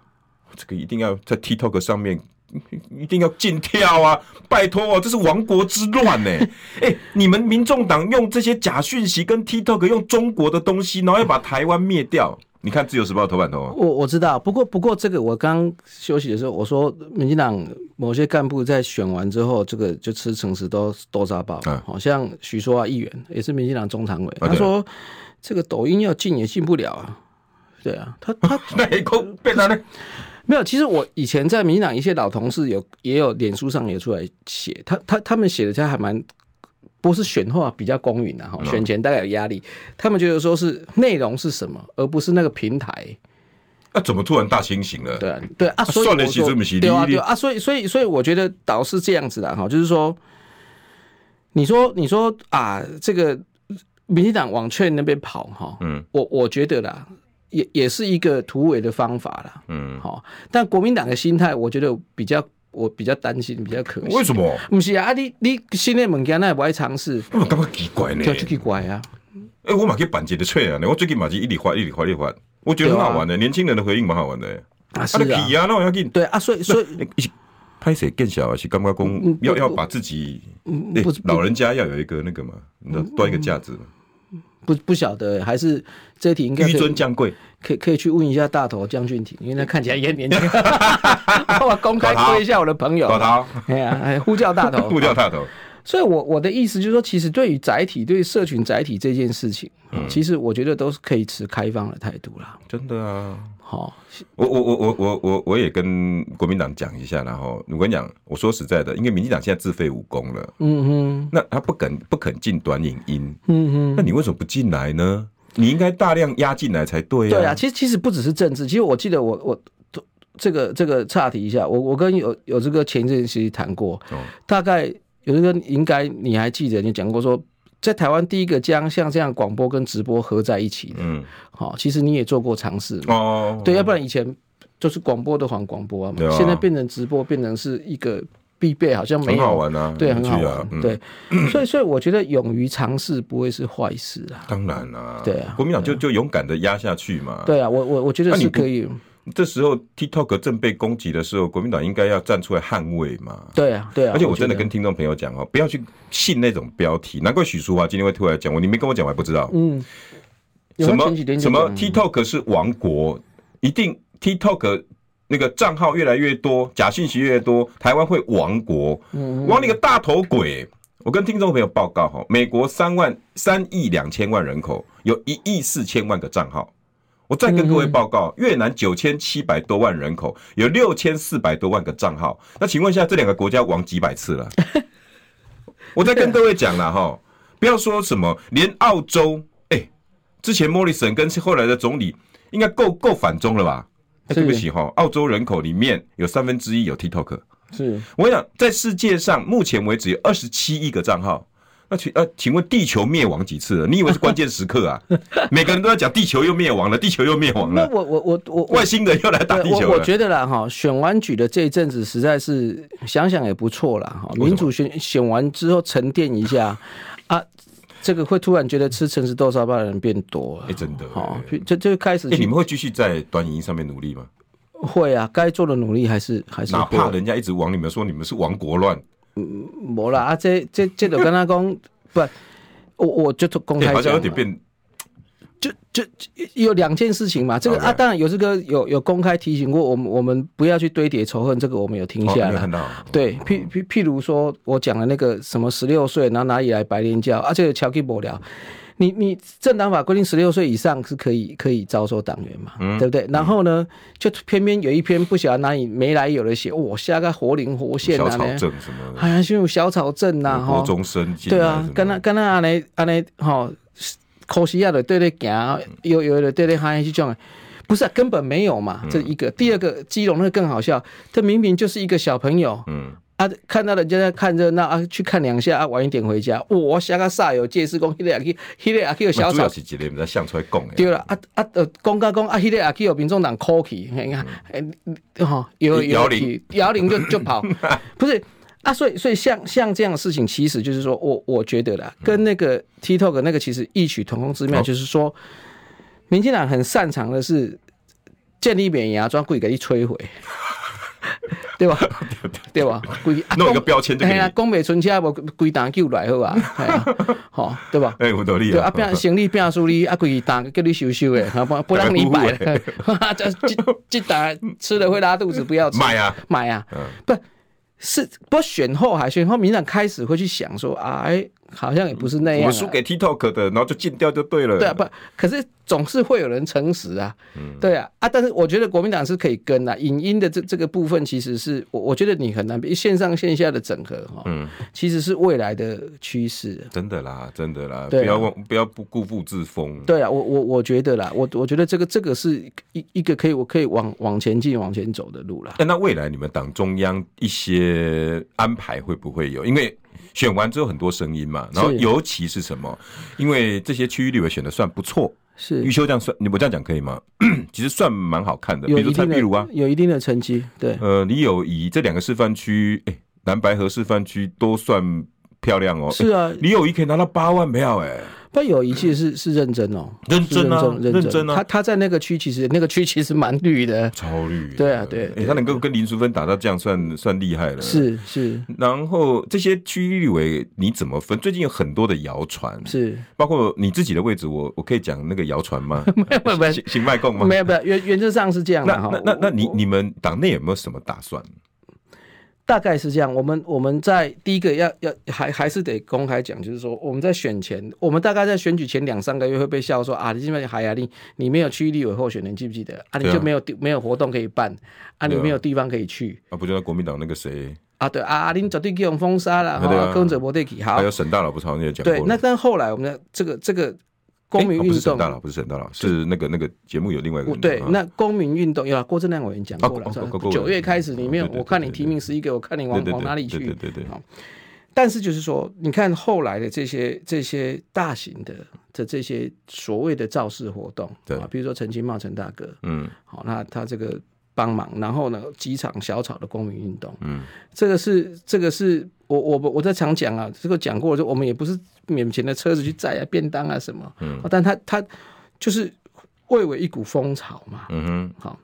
A: 这个一定要在 TikTok 上面。一定要禁跳啊！拜托哦，这是亡国之乱呢、 哎、你们民众党用这些假讯息跟 TikTok 用中国的东西，然后要把台湾灭掉。你看《自由时报》头版头啊，
B: 我我知道，不过不过这个我刚休息的时候我说，民进党某些干部在选完之后，这个就吃诚实都豆沙包
A: 嗯，
B: 好、像许淑华议员也是民进党中常委，
A: 啊对
B: 他说这个抖音要禁也禁不了啊，对啊，他他
A: 那一口被他呢？
B: 没有，其实我以前在民进党一些老同事有也有脸书上也出来写，他他他们写的他还蛮。不是选后啊比较公允啊，
A: 嗯
B: 哈，选前大概有压力，他们觉得说是内容是什么，而不是那个平台。
A: 那、啊怎么突然大清醒了？
B: 对啊，对啊，所以
A: 算了
B: 我
A: 是
B: 说
A: 这么是
B: 对啊，
A: 你
B: 对啊，所以所以所以我觉得导是这样子的哈，就是说，你说你说啊，这个民进党往劝那边跑哈，
A: 嗯，
B: 我我觉得啦，也也是一个突围的方法啦，
A: 嗯，
B: 好，但国民党的心态，我觉得比较我比较担心，比较可惜。
A: 为什么？
B: 不是啊，啊你你新的物件那也不爱尝试，
A: 我感觉奇怪呢、
B: 就这个怪啊，
A: 哎、我嘛可以板结的脆啊！我最近嘛是一里花一里花一里花，我觉得很好玩的、年轻人的回应蛮好玩的、欸。
B: 啊啊是
A: 他的
B: 啊，
A: 皮啊，那我要给你。
B: 对啊，所以所以
A: 那拍谁更小啊？是干嘛公
B: 嗯
A: 要
B: 不
A: 要把自己，
B: 嗯，
A: 哎
B: 不嗯是，
A: 老人家要有一个那个嘛，那端一个架子嘛，
B: 不不晓得，还是这题应该可
A: 纡
B: 以
A: 尊降贵，
B: 可以可以去问一下大头江俊廷，因为他看起来也年轻。 我公开推一下我的朋 友
A: 老，陶
B: 哎呀，哎 呼叫大头
A: 木。掉大头，
B: 哦所以我，我的意思就是说，其实对于载体、对于社群载体这件事情，其实我觉得都是可以持开放的态度啦。
A: 真的啊。
B: 好、
A: 我我我我我我我也跟国民党讲一下，然后我跟你讲，我说实在的，因为民进党现在自废武功了，
B: 嗯哼，
A: 那他不肯不肯进短影音，
B: 嗯哼。
A: 那你为什么不进来呢？你应该大量压进来才对呀、
B: 对啊，其实其实不只是政治，其实我记得我我这个这个岔题一下，我我跟有有这个前一阵其实谈过，
A: 哦
B: 大概有一个应该你还记得，你讲过说。在台湾第一个将像这样广播跟直播合在一起的，
A: 嗯，
B: 好、其实你也做过尝试嘛，
A: 哦，
B: 对，要不然以前就是广播都还广播啊嘛，
A: 对啊
B: 现在变成直播，变成是一个必备，好像没
A: 很
B: 有，
A: 好玩啊，
B: 对，很
A: 趣
B: 好玩，
A: 啊，嗯，
B: 对，所以所以我觉得勇于尝试不会是坏事啊，
A: 当然啦、
B: 对啊
A: 国民党就就勇敢的压下去嘛，，
B: 对啊，我我我觉得
A: 那你
B: 是
A: 不
B: 可以，
A: 这时候 TikTok 正被攻击的时候，国民党应该要站出来捍卫嘛。
B: 对啊，对啊，
A: 而且我真的
B: 觉得
A: 跟听众朋友讲哦，不要去信那种标题。难怪许淑华今天会突然讲我，你没跟我讲，我还不知道。
B: 嗯，有
A: 什
B: 他
A: 么
B: 前几天就
A: 什么
B: 讲
A: TikTok 是王国，一定 TikTok 那个账号越来越多，假信息越多，台湾会亡国。
B: 嗯
A: 亡你个大头鬼！我跟听众朋友报告哈，美国三万三亿两千万人口，有一亿四千万个账号。我再跟各位报告，越南九千七百多万人口，有六千四百多万个账号。那请问一下，这两个国家亡几百次了？我再跟各位讲了哈，不要说什么，连澳洲，哎、之前莫里森跟后来的总理应该够够反中了吧？哎
B: 是
A: 对不起哈，澳洲人口里面有三分之一有 TikTok。
B: 是
A: 我想在世界上目前为止有二十七亿个账号。那请呃，请问地球灭亡几次了？你以为是关键时刻 啊？每个人都在讲地球又灭亡了，地球又灭亡
B: 那
A: 了，
B: 我我我我我
A: 外星人又来打地
B: 对
A: 球
B: 我我
A: 了。
B: 觉得啦哈，选完举的这一阵子实在是想想也不错啦哈，民主选选完之后沉淀一下啊，这个会突然觉得吃诚实豆沙包的人变多了
A: 哎、。真的，
B: 好
A: 哎、，
B: 就就开始
A: 你
B: 去
A: 们会继续在短影音上面努力吗？
B: 会啊，该做的努力还是还是
A: 哪怕
B: 会。
A: 人家一直往你们说你们是亡国乱，
B: 没啦啊，这这这就跟他讲 不，我我就公
A: 哎、
B: 开
A: 好像有点
B: 讲了
A: 变
B: 就就就有两件事情嘛，这个
A: OK
B: 啊，当然有这个有有公开提醒过我们，我们不要去堆叠仇恨，这个我们有听
A: 哦
B: 下
A: 没有
B: 来
A: 看。到，
B: 对，譬譬譬如说，我讲的那个什么十六岁，然后哪里来白莲教，而啊且乔基伯聊，你你政党法规定十六岁以上是可以可以招收党员嘛，
A: 嗯
B: 对不对？然后呢，就偏偏有一篇不晓得哪里没来由的写，我、哦、下个活灵活现
A: 小
B: 啊
A: 草
B: 呢，
A: 症什么
B: 好
A: 的，
B: 像是有小草症呐、啊，
A: 国
B: 哈，
A: 中生进
B: 对
A: 来
B: 啊
A: 什，
B: 敢
A: 么
B: 若敢若安尼安尼吼，可惜啊，就对咧
A: 嗯
B: 行，摇摇的对咧喊这种的，不是、啊、根本没有
A: 嗯
B: 嘛，这一个。第二个，基隆那个更好笑，他明明就是一个小朋友。
A: 嗯，
B: 啊，看到人家在看热闹啊，去看两下啊，晚一点回家。我想个煞有介事，讲迄个阿去，迄个阿去有
A: 那
B: 小
A: 主要
B: 草
A: 是几个人在向出来供，
B: 对啦，啊啊呃，讲甲讲啊，迄个阿去有民众党 call 去，嘿你看，哎，吼，摇
A: 嗯摇
B: 摇
A: 铃
B: 去，摇铃就就 跑，不是啊，所以所以像像这样的事情，其实就是说我我觉得
A: 嗯
B: 啦，跟那个 TikTok 那个其实异曲同工之妙，
A: 好
B: 就是说，民进党很擅长的是建立免牙专故意给你摧毁， 对吧？对吧？故意啊
A: 弄一个
B: 讲
A: 标签就给
B: 哎
A: 你
B: 呀，讲袂存车无规单救来好啊，哎 呀，好对吧？
A: 哎、我努力
B: 对
A: 了，
B: 啊，变行李变输你啊，规单叫你收收的，哈不不让你 买了， 这这这单吃了会拉肚子，不要吃。
A: 买啊，
B: 买啊，
A: 嗯
B: 不是不选后还选后，民进党开始会去想说啊，哎、好像也不是那
A: 我
B: 样、啊。
A: 们输给 TikTok 的，然后就禁掉就对嗯了。
B: 对啊，不，可是总是会有人诚实啊，对啊啊！但是我觉得国民党是可以跟啊，影音的这这个部分其实是我我觉得你很难比线上线下的整合哈，
A: 嗯
B: 其实是未来的趋势。啊
A: 真的啦，真的啦，
B: 对啊
A: 不要忘，不要不固步自封。
B: 对啊，我我我觉得啦，我我觉得这个这个是一一个可以我可以往往前进往前走的路啦。
A: 哎，那未来你们党中央一些安排会不会有？因为选完之后很多声音嘛，然后
B: 是
A: 尤其是什么？因为这些区域立委选的算不错，
B: 是
A: 余秋这样算，你我这样讲可以吗？ 其实算蛮好看的，比
B: 有
A: 如说
B: 一
A: 蔡
B: 定的
A: 壁如啊，
B: 有一定的成绩，对，
A: 呃，李友仪这两个示范区，哎，南白河示范区都算漂亮哦。
B: 是啊
A: 哎李友仪可以拿到八万票，哎，
B: 不，有一届是是认真哦，
A: 认真啊
B: 是认真
A: 认真啊嗯
B: 他他在那个区其实那个区其实蛮绿的，
A: 超绿的。
B: 对啊对
A: 哎，
B: 对
A: 他能够跟林淑芬打到这样，算算厉害了。。
B: 是是
A: 然后这些区域立委你怎么分？最近有很多的谣传，
B: 是，
A: 包括你自己的位置，我我可以讲那个谣传吗？
B: 没有没有
A: 行行卖供吗？
B: 没有没有，原原则上是这样
A: 那
B: 的哈。
A: 那那那你
B: 我
A: 你们党内有没有什么打算？
B: 大概是这样，我们我们在第一个要要还还是得公开讲，就是说我们在选前，我们大概在选举前两三个月会被笑说啊，你基本海牙令你没有区域立委候选人，记不记得啊？你
A: 对啊
B: 就没有地没有活动可以办啊，你
A: 对啊
B: 没有地方可以去
A: 啊，不就那国民党那个谁，
B: 啊？对啊，啊，你绝对给我们封杀了
A: 对啊
B: 哈，跟着不对起好
A: 还有。沈大佬，不是好像也讲过
B: 对
A: 了？，
B: 那但后来我们的这个这个公民
A: 诶哦
B: 运
A: 不是沈
B: 动，
A: 大佬，不是沈大佬，是那个那个节目有另外一个
B: 我
A: 人。
B: 对
A: 啊，
B: 那公民运动，有啊，郭正亮委员讲
A: 啊
B: 过了
A: 郭
B: 是吧
A: 郭郭，委员
B: 九月开始你没有
A: 对对，对
B: 我看
A: 对
B: 你
A: 对
B: 提名十一个，我看你往
A: 对对
B: 往
A: 对
B: 哪里
A: 对
B: 去？
A: 对对对
B: 好但是就是说，你看后来的这些这些大型的的这些所谓的造势活动，
A: 对
B: 啊，比如说陈金茂陈大哥，
A: 嗯
B: 好，那他这个帮忙，然后呢，几场小草的公民运动，
A: 嗯，
B: 这个是这个是我我我在常讲啊，这个讲过，就我们也不是免钱的车子去载啊便当啊什么，嗯，但他他就是蔚为一股风潮嘛，
A: 嗯哼，
B: 好，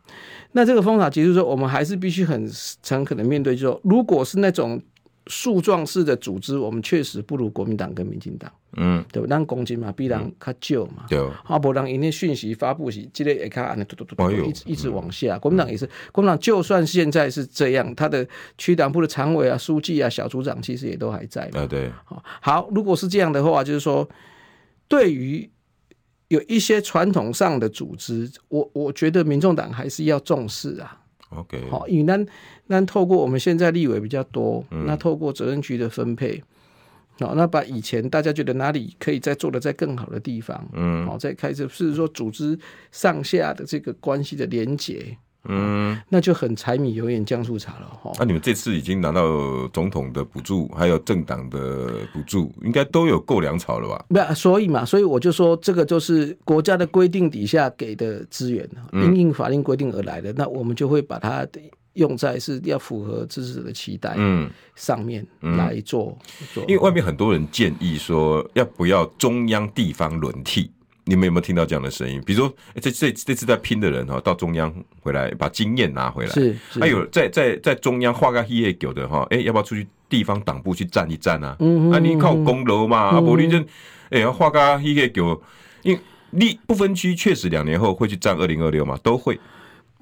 B: 那这个风潮结束之后，我们还是必须很诚恳的面对，就是说，如果是那种树状式的组织，我们确实不如国民党跟民进党，
A: 嗯，
B: 对吧？咱攻击嘛，必然较少嘛。
A: 对哦，
B: 啊，不然因为讯息发布是这类也看，嘟嘟嘟嘟，
A: 哎呦
B: 一直一直往下。国民党也是，国民党就算现在是这样，他的区党部的常委啊、书记啊、小组长其实也都还在嘛。
A: 啊对，
B: 好好，如果是这样的话，就是说，对于有一些传统上的组织，我我觉得民众党还是要重视啊。
A: OK，
B: 好，因为咱咱透过我们现在立委比较多，
A: 嗯
B: 那透过责任局的分配，好，那把以前大家觉得哪里可以再做的再更好的地方，
A: 嗯
B: 好，再开始，是说组织上下的这个关系的连结，
A: 嗯，啊
B: 那就很柴米油盐酱醋茶了，哈。
A: 那你们这次已经拿到总统的补助，还有政党的补助，应该都有够粮草了吧？
B: 不要，所以嘛，所以我就说，这个就是国家的规定底下给的资源，
A: 嗯
B: 因应法令规定而来的，那我们就会把它用在是要符合支持者的期待
A: 嗯，
B: 上面来做。做
A: 因为外面很多人建议说，要不要中央地方轮替？你们有没有听到这样的声音？比如说，诶这这这次在拼的人哈，哦到中央回来把经验拿回来，
B: 是是
A: 还有在在在中央画个黑夜狗的哈，哎、要不要出去地方党部去站一站啊？
B: 嗯
A: 啊，你靠功劳嘛，啊，不然就哎要画个黑夜狗，因为你不分区确实两年后会去站二零二六嘛，都会，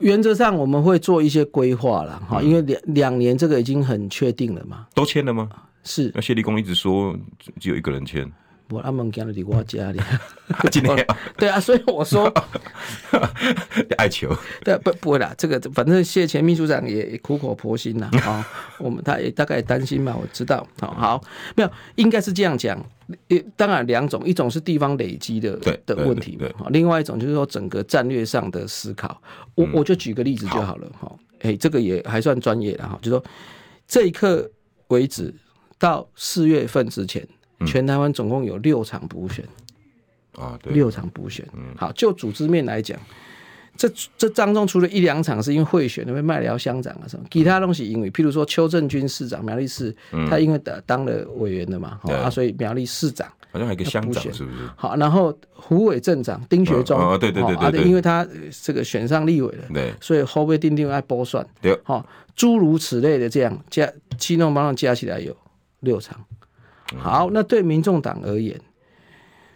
B: 原则上我们会做一些规划了哈，因为两两年这个已经很确定了嘛。
A: 都签了吗？
B: 是
A: 那谢立功一直说只只有一个人签，
B: 我阿门讲的离我家里，
A: 今天
B: 对啊，所以我说， 哦
A: 爱球，
B: 对啊，不不会啦，这个反正谢前秘书长也也苦口婆心 啦啊、我们他也大概担心嘛，我知道，好、好，没有，应该是这样讲，呃，当然两种，一种是地方累积的
A: 对
B: 的
A: 对
B: 问题嘛
A: 对对，
B: 好另外一种就是说整个战略上的思考，
A: 嗯
B: 我、我就举个例子就好了，哈、哎，这个也还算专业了哈，就说这一刻为止到四月份之前，
A: 嗯
B: 全台湾总共有六场补选。
A: 啊，对，嗯
B: 六场补选。好，就组织面来讲，这这当中除了一两场是因为贿选，因为麦寮乡长啊什么，其他东西因为，譬如说邱正军市长苗栗市，他因为当当了委员的嘛，
A: 嗯对
B: 哦啊，所以苗栗市长。
A: 好像还有一个乡
B: 补
A: 长
B: 选
A: 是不是？
B: 好，然后胡伟镇长丁学忠，
A: 嗯嗯对对对
B: 哦啊
A: 对对
B: 因为他呃这个选上立委了，
A: 对
B: 所以后被定定爱剥算，
A: 对
B: 好、诸如此类的这样加七弄八弄加起来有六场。
A: 嗯
B: 好，那对民众党而言，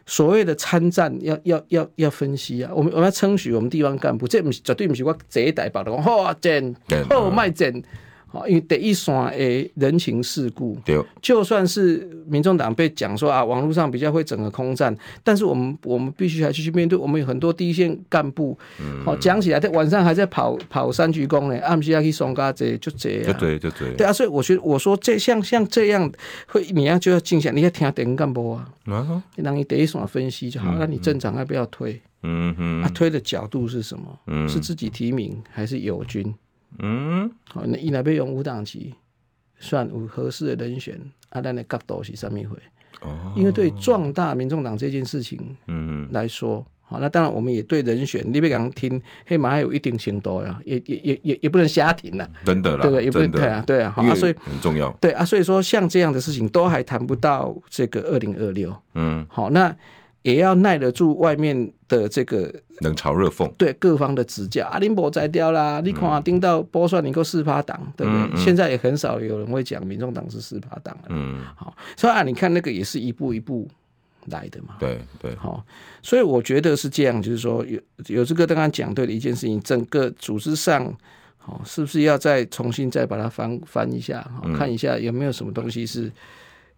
B: 所谓的参战要要要要分析啊，我们我们要称许我们地方干部，这不是绝对不是我这一代把的讲好啊整
A: 对
B: 好卖整，好，因为第一线的人情世故，
A: 对，
B: 就算是民众党被讲说啊，网络上比较会整个空战，但是我们我们必须还是去面对，我们有很多第一线干部，
A: 嗯
B: 哦，讲起来在晚上还在跑跑三鞠躬呢，暗时要去松嘎这就这
A: 就
B: 样。
A: 对就对，
B: 对啊，所以我觉得我说这像像这样会，你要就要静下，你要听等干部啊，
A: 然后
B: 让你第一线分析就好。那你政党要不要推？
A: 嗯
B: 啊，
A: 哼，
B: 推的角度是什么？
A: 嗯
B: 是自己提名还是友军？
A: 嗯。
B: 好，那伊若要用五党旗，算有合适的人选，啊，咱的角度是啥物会？
A: 哦，
B: 因为对壮大民众党这件事情
A: 嗯，
B: 来说，好，那当然我们也对人选，你别讲听黑马还有一定程度呀，也也也也也不能瞎听呐，
A: 真的啦，
B: 对不对？也不能
A: 真
B: 对
A: 的
B: 啊，，对啊，好
A: 因
B: 啊，
A: 为
B: 所以
A: 很重要，
B: 对啊，所以说像这样的事情都还谈不到这个二零二六，
A: 嗯
B: 好，那也要耐得住外面的这个
A: 冷嘲热讽，
B: 对各方的指教啊，林博摘掉啦，你看啊，盯到波算你够四趴党，对不对？
A: 嗯嗯
B: 现在也很少有人会讲民众党是四趴党了。
A: 嗯，
B: 好，所以啊，你看那个也是一步一步来的嘛。
A: 对对，
B: 好、所以我觉得是这样，就是说有有这个刚刚讲对的一件事情，整个组织上，好、是不是要再重新再把它翻翻一下、
A: 嗯
B: 好看一下有没有什么东西是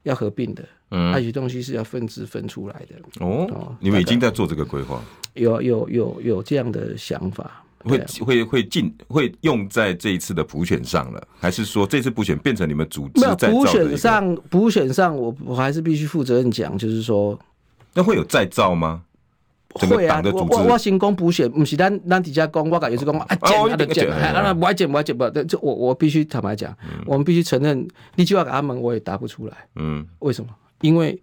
B: 要合并的，
A: 嗯
B: 还有些东西是要分支分出来的，
A: 哦
B: 哦，
A: 你们已经在做这个规划，
B: 有有有有这样的想法。
A: 会
B: 对啊
A: 会会进会用在这一次的普选上了，还是说这次普选变成你们组织
B: 没有
A: 在造
B: 补
A: 的一
B: 选
A: 个？
B: 上，补选上我我还是必须负责任讲，就是说
A: 那会有再造吗？整个
B: 会啊
A: 党的，
B: 我
A: 组
B: 我我
A: 织，
B: 先讲补选，不是咱咱底下讲，我感觉是讲啊减
A: 哦
B: 啊就
A: 一定
B: 减，
A: 要
B: 哎
A: 减
B: 啊不爱减不爱减不，就我我必须坦白讲，我们必须承认，你就要给他们，我也答不出来，
A: 嗯，
B: 为什么？因为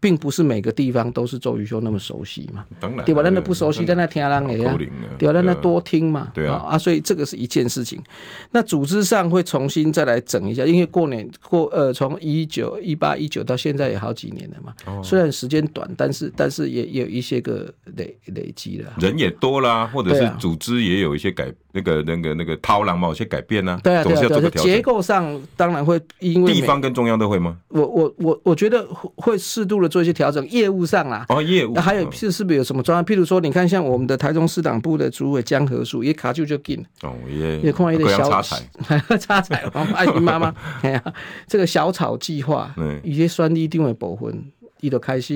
B: 并不是每个地方都是周瑜修那么熟悉嘛，
A: 当然
B: 对吧？咱那不熟悉，咱那听人的
A: 口
B: 呀
A: 令啊，
B: 对吧？咱那
A: 啊
B: 多听嘛，
A: 对啊
B: 啊，所以这个是一件事情。那组织上会重新再来整一下，因为过年过呃，从一九一八一九到现在也好几年了嘛，
A: 哦
B: 虽然时间短，但是但是也也有一些个累累积了。
A: 人也多啦，或者
B: 对
A: 是
B: 啊
A: 组织也有一些改，那个那个那个涛浪嘛，有些改变呢、
B: 对啊，
A: 总
B: 对
A: 是要
B: 啊，对
A: 做
B: 啊，
A: 个调
B: 就结
A: 整。
B: 构上当然会因为
A: 地
B: 每
A: 方，跟中央都会吗？
B: 我我我我觉得会会适度的做一些调整，业务上啊啦，
A: 哦，业务
B: 那还有是是不是有什么专案？譬如说，你看像我们的台中市党部的主委江和树也卡住就进，
A: 哦，也
B: 也看到一
A: 各
B: 个
A: 样
B: 小
A: 插彩，
B: 插彩，阿姨 妈妈，哎呀，这个小草计划
A: 嗯，
B: 伊些选一定会部分，伊就开始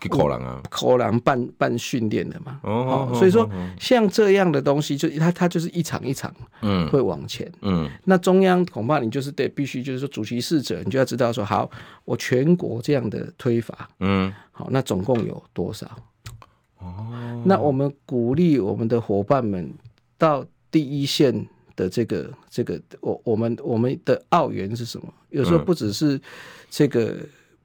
A: 去可能啊，
B: 可能办办训练的嘛。
A: 哦哦
B: 所以说
A: 哦哦
B: 像这样的东西，就它它就是一场一场
A: 嗯
B: 会往前。
A: 嗯
B: 那中央恐怕你就是得必须就是说主席事者，你就要知道说好，我全国这样的推法，
A: 嗯，
B: 好，那总共有多少？哦，那我们鼓励我们的伙伴们到第一线的这个这个，我我们我们的澳元是什么？有时候
A: 嗯
B: 不只是这个，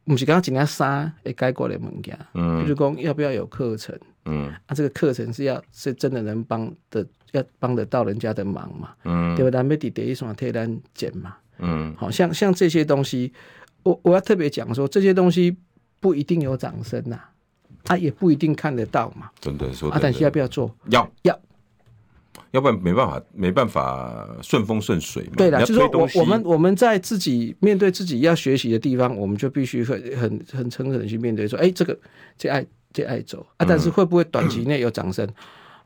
B: 不是刚刚讲的三诶，该过的物件，
A: 嗯
B: 比如讲要不要有课程
A: 嗯
B: 啊？这个课程是要是真的能帮的，要帮得到人家的忙嘛？
A: 嗯
B: 对吧？咱们得第一线替咱捡嘛。
A: 嗯
B: 好像像这些东西，我我要特别讲说，这些东西不一定有掌声呐、啊，也不一定看得到嘛。
A: 真的说
B: 啊，但是要不要做？
A: 要
B: 要，
A: 要不然没办法没办法顺风顺水嘛。
B: 对
A: 了，
B: 了，就是说我我们我们在自己面对自己要学习的地方，我们就必须很很很诚恳的去面对，说，哎，这个这爱这爱走啊，但是
A: 嗯
B: 会不会短期内有掌声？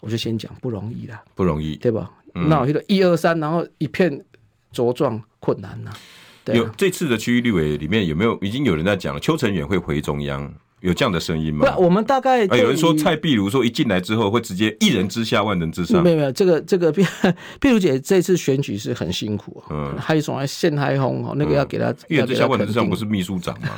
B: 我就先讲不容易啦，
A: 不容易，
B: 对吧？
A: 嗯
B: 那我觉得一二三，然后一片茁壮困难
A: 嗯
B: 呐、对
A: 有
B: 啊。
A: 这次的区域立委里面有没有已经有人在讲了？邱成远会回中央，有这样的声音
B: 不
A: 吗
B: 然，？我们大概
A: 啊，有人说
B: 对于
A: 蔡壁如说一进来之后会直接一人之下万人之上
B: 嗯 没，有没有，这个这个碧碧如姐这次选举是很辛苦、哦，
A: 嗯
B: 还有什么陷害红哦，那个要给她、
A: 一
B: 要
A: 人之
B: 给
A: 下
B: 她
A: 万
B: 肯
A: 人之上
B: 定
A: 不。是秘书长 吗？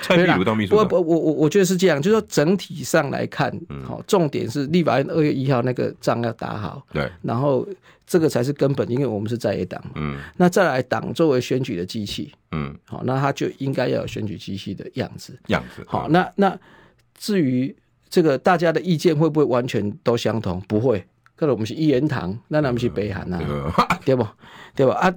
A: 蔡壁如当秘书
B: 啊不
A: 长嗯
B: 不，我我我觉得是这样，就是说整体上来看，好、重点是立法院二月一号那个仗要打好，
A: 对，
B: 然后这个才是根本，因为我们是在野党嘛。
A: 嗯
B: 那再来，党作为选举的机器，
A: 嗯，
B: 好、那它就应该要有选举机器的样子。
A: 样子
B: 好，那那至于这个大家的意见会不会完全都相同？不会，可能我们是一言堂，那我们是北韩啊，
A: 呃，
B: 对不？对吧？啊，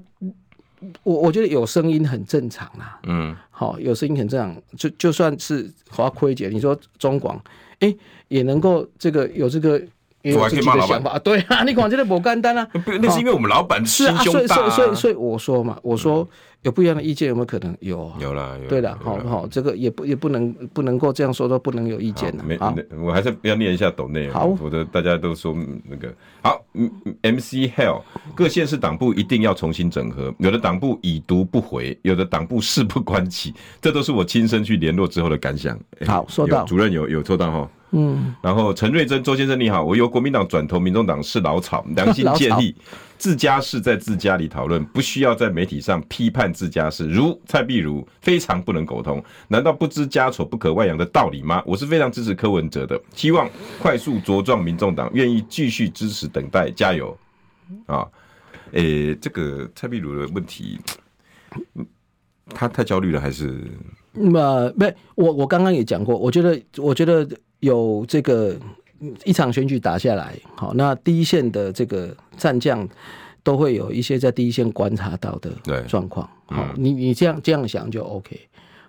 B: 我我觉得有声音很正常啦、
A: 嗯
B: 好、有声音很正常，就就算是华亏姐，你说中广，哎，也能够这个有这个也
A: 我还
B: 有
A: 可以
B: 自己
A: 骂
B: 的
A: 老板
B: 想法，对啊，你广这个不干单啊，
A: 不，那是因为我们老板
B: 是
A: 心
B: 啊，所
A: 胸
B: 以
A: 大
B: 所以
A: 啊，嗯
B: 所以所以我说嘛，我说有不一样的意见，有没有可能有啊？
A: 有啦，有
B: 对了，好
A: 有啦
B: 好，这个也不也不能不能够这样说，都不能有意见啊
A: 没
B: 了。好，，
A: 那我还是要念一下抖内，
B: 好
A: 否则大家都说嗯那个好。嗯嗯 MC Hell，各县市党部一定要重新整合，有的党部已读不回，有的党部事不关己，这都是我亲身去联络之后的感想。哎
B: 好收到
A: 有主任有有收到哈。嗯，然后陈瑞珍周先生你好，我由国民党转投民众党是 老草，良心建议，自家事在自家里讨论，不需要在媒体上批判自家事。如蔡壁如非常不能苟同，难道不知家丑不可外扬的道理吗？我是非常支持柯文哲的，希望快速茁壮民众党，愿意继续支持，等待加油啊！诶、这个蔡壁如的问题，嗯他太焦虑了还是
B: 那么不，我我刚刚也讲过，我觉得我觉得有这个嗯一场选举打下来，好，那第一线的这个战将都会有一些在第一线观察到的
A: 对
B: 嗯啊状况。好，你你这样这样想就 OK。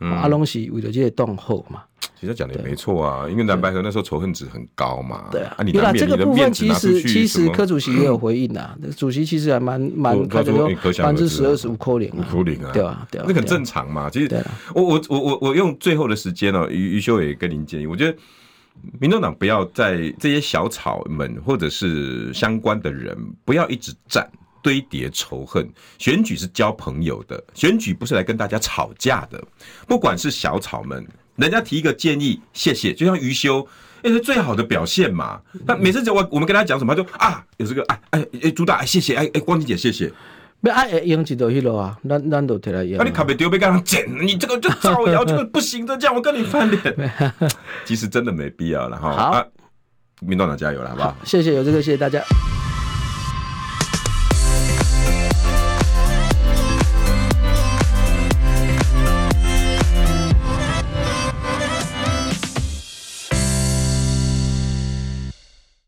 B: 阿龙是为了这些动后嘛，
A: 其实他讲的也没错啊，因为蓝白河那时候仇恨值很高嘛。
B: 对啊，
A: 啊你
B: 有
A: 难
B: 啦
A: 免
B: 这个
A: 你的
B: 部
A: 面
B: 分
A: 子
B: 其
A: 拿出
B: 实
A: 去
B: 其
A: 什
B: 实
A: 么
B: 柯主席也有回应 啊，主席其实还蛮
A: 我
B: 蛮开始
A: 我
B: 说
A: 哎可
B: 百
A: 想而
B: 分之
A: 知
B: 十
A: 啊
B: 二十五扣零啊，
A: 苦零啊，
B: 对啊对啊
A: 那个很
B: 对啊
A: 正常嘛。其
B: 对啊
A: 实
B: 啦
A: 我我我我我用最后的时间哦，余余修也跟您建议，我觉得民众党不要在这些小草们或者是相关的人不要一直站。堆叠仇恨，选举是交朋友的，选举不是来跟大家吵架的。不管是小草们，人家提一个建议，谢谢，就像余修，那、是最好的表现嘛。他每次只要我我们跟他讲什么，他就啊有这个哎哎哎朱大哎谢谢哎哎光姐姐谢谢，
B: 要啊，会用一到迄落啊，咱咱都摕来用
A: 那、。啊你卡被丢被干上 剪，你这个就造谣，这个不行的，这样我跟你翻脸。其实真的没必要了哈。
B: 好
A: 啊，民众党加油了，好不好？
B: 谢谢有这个，谢谢大家。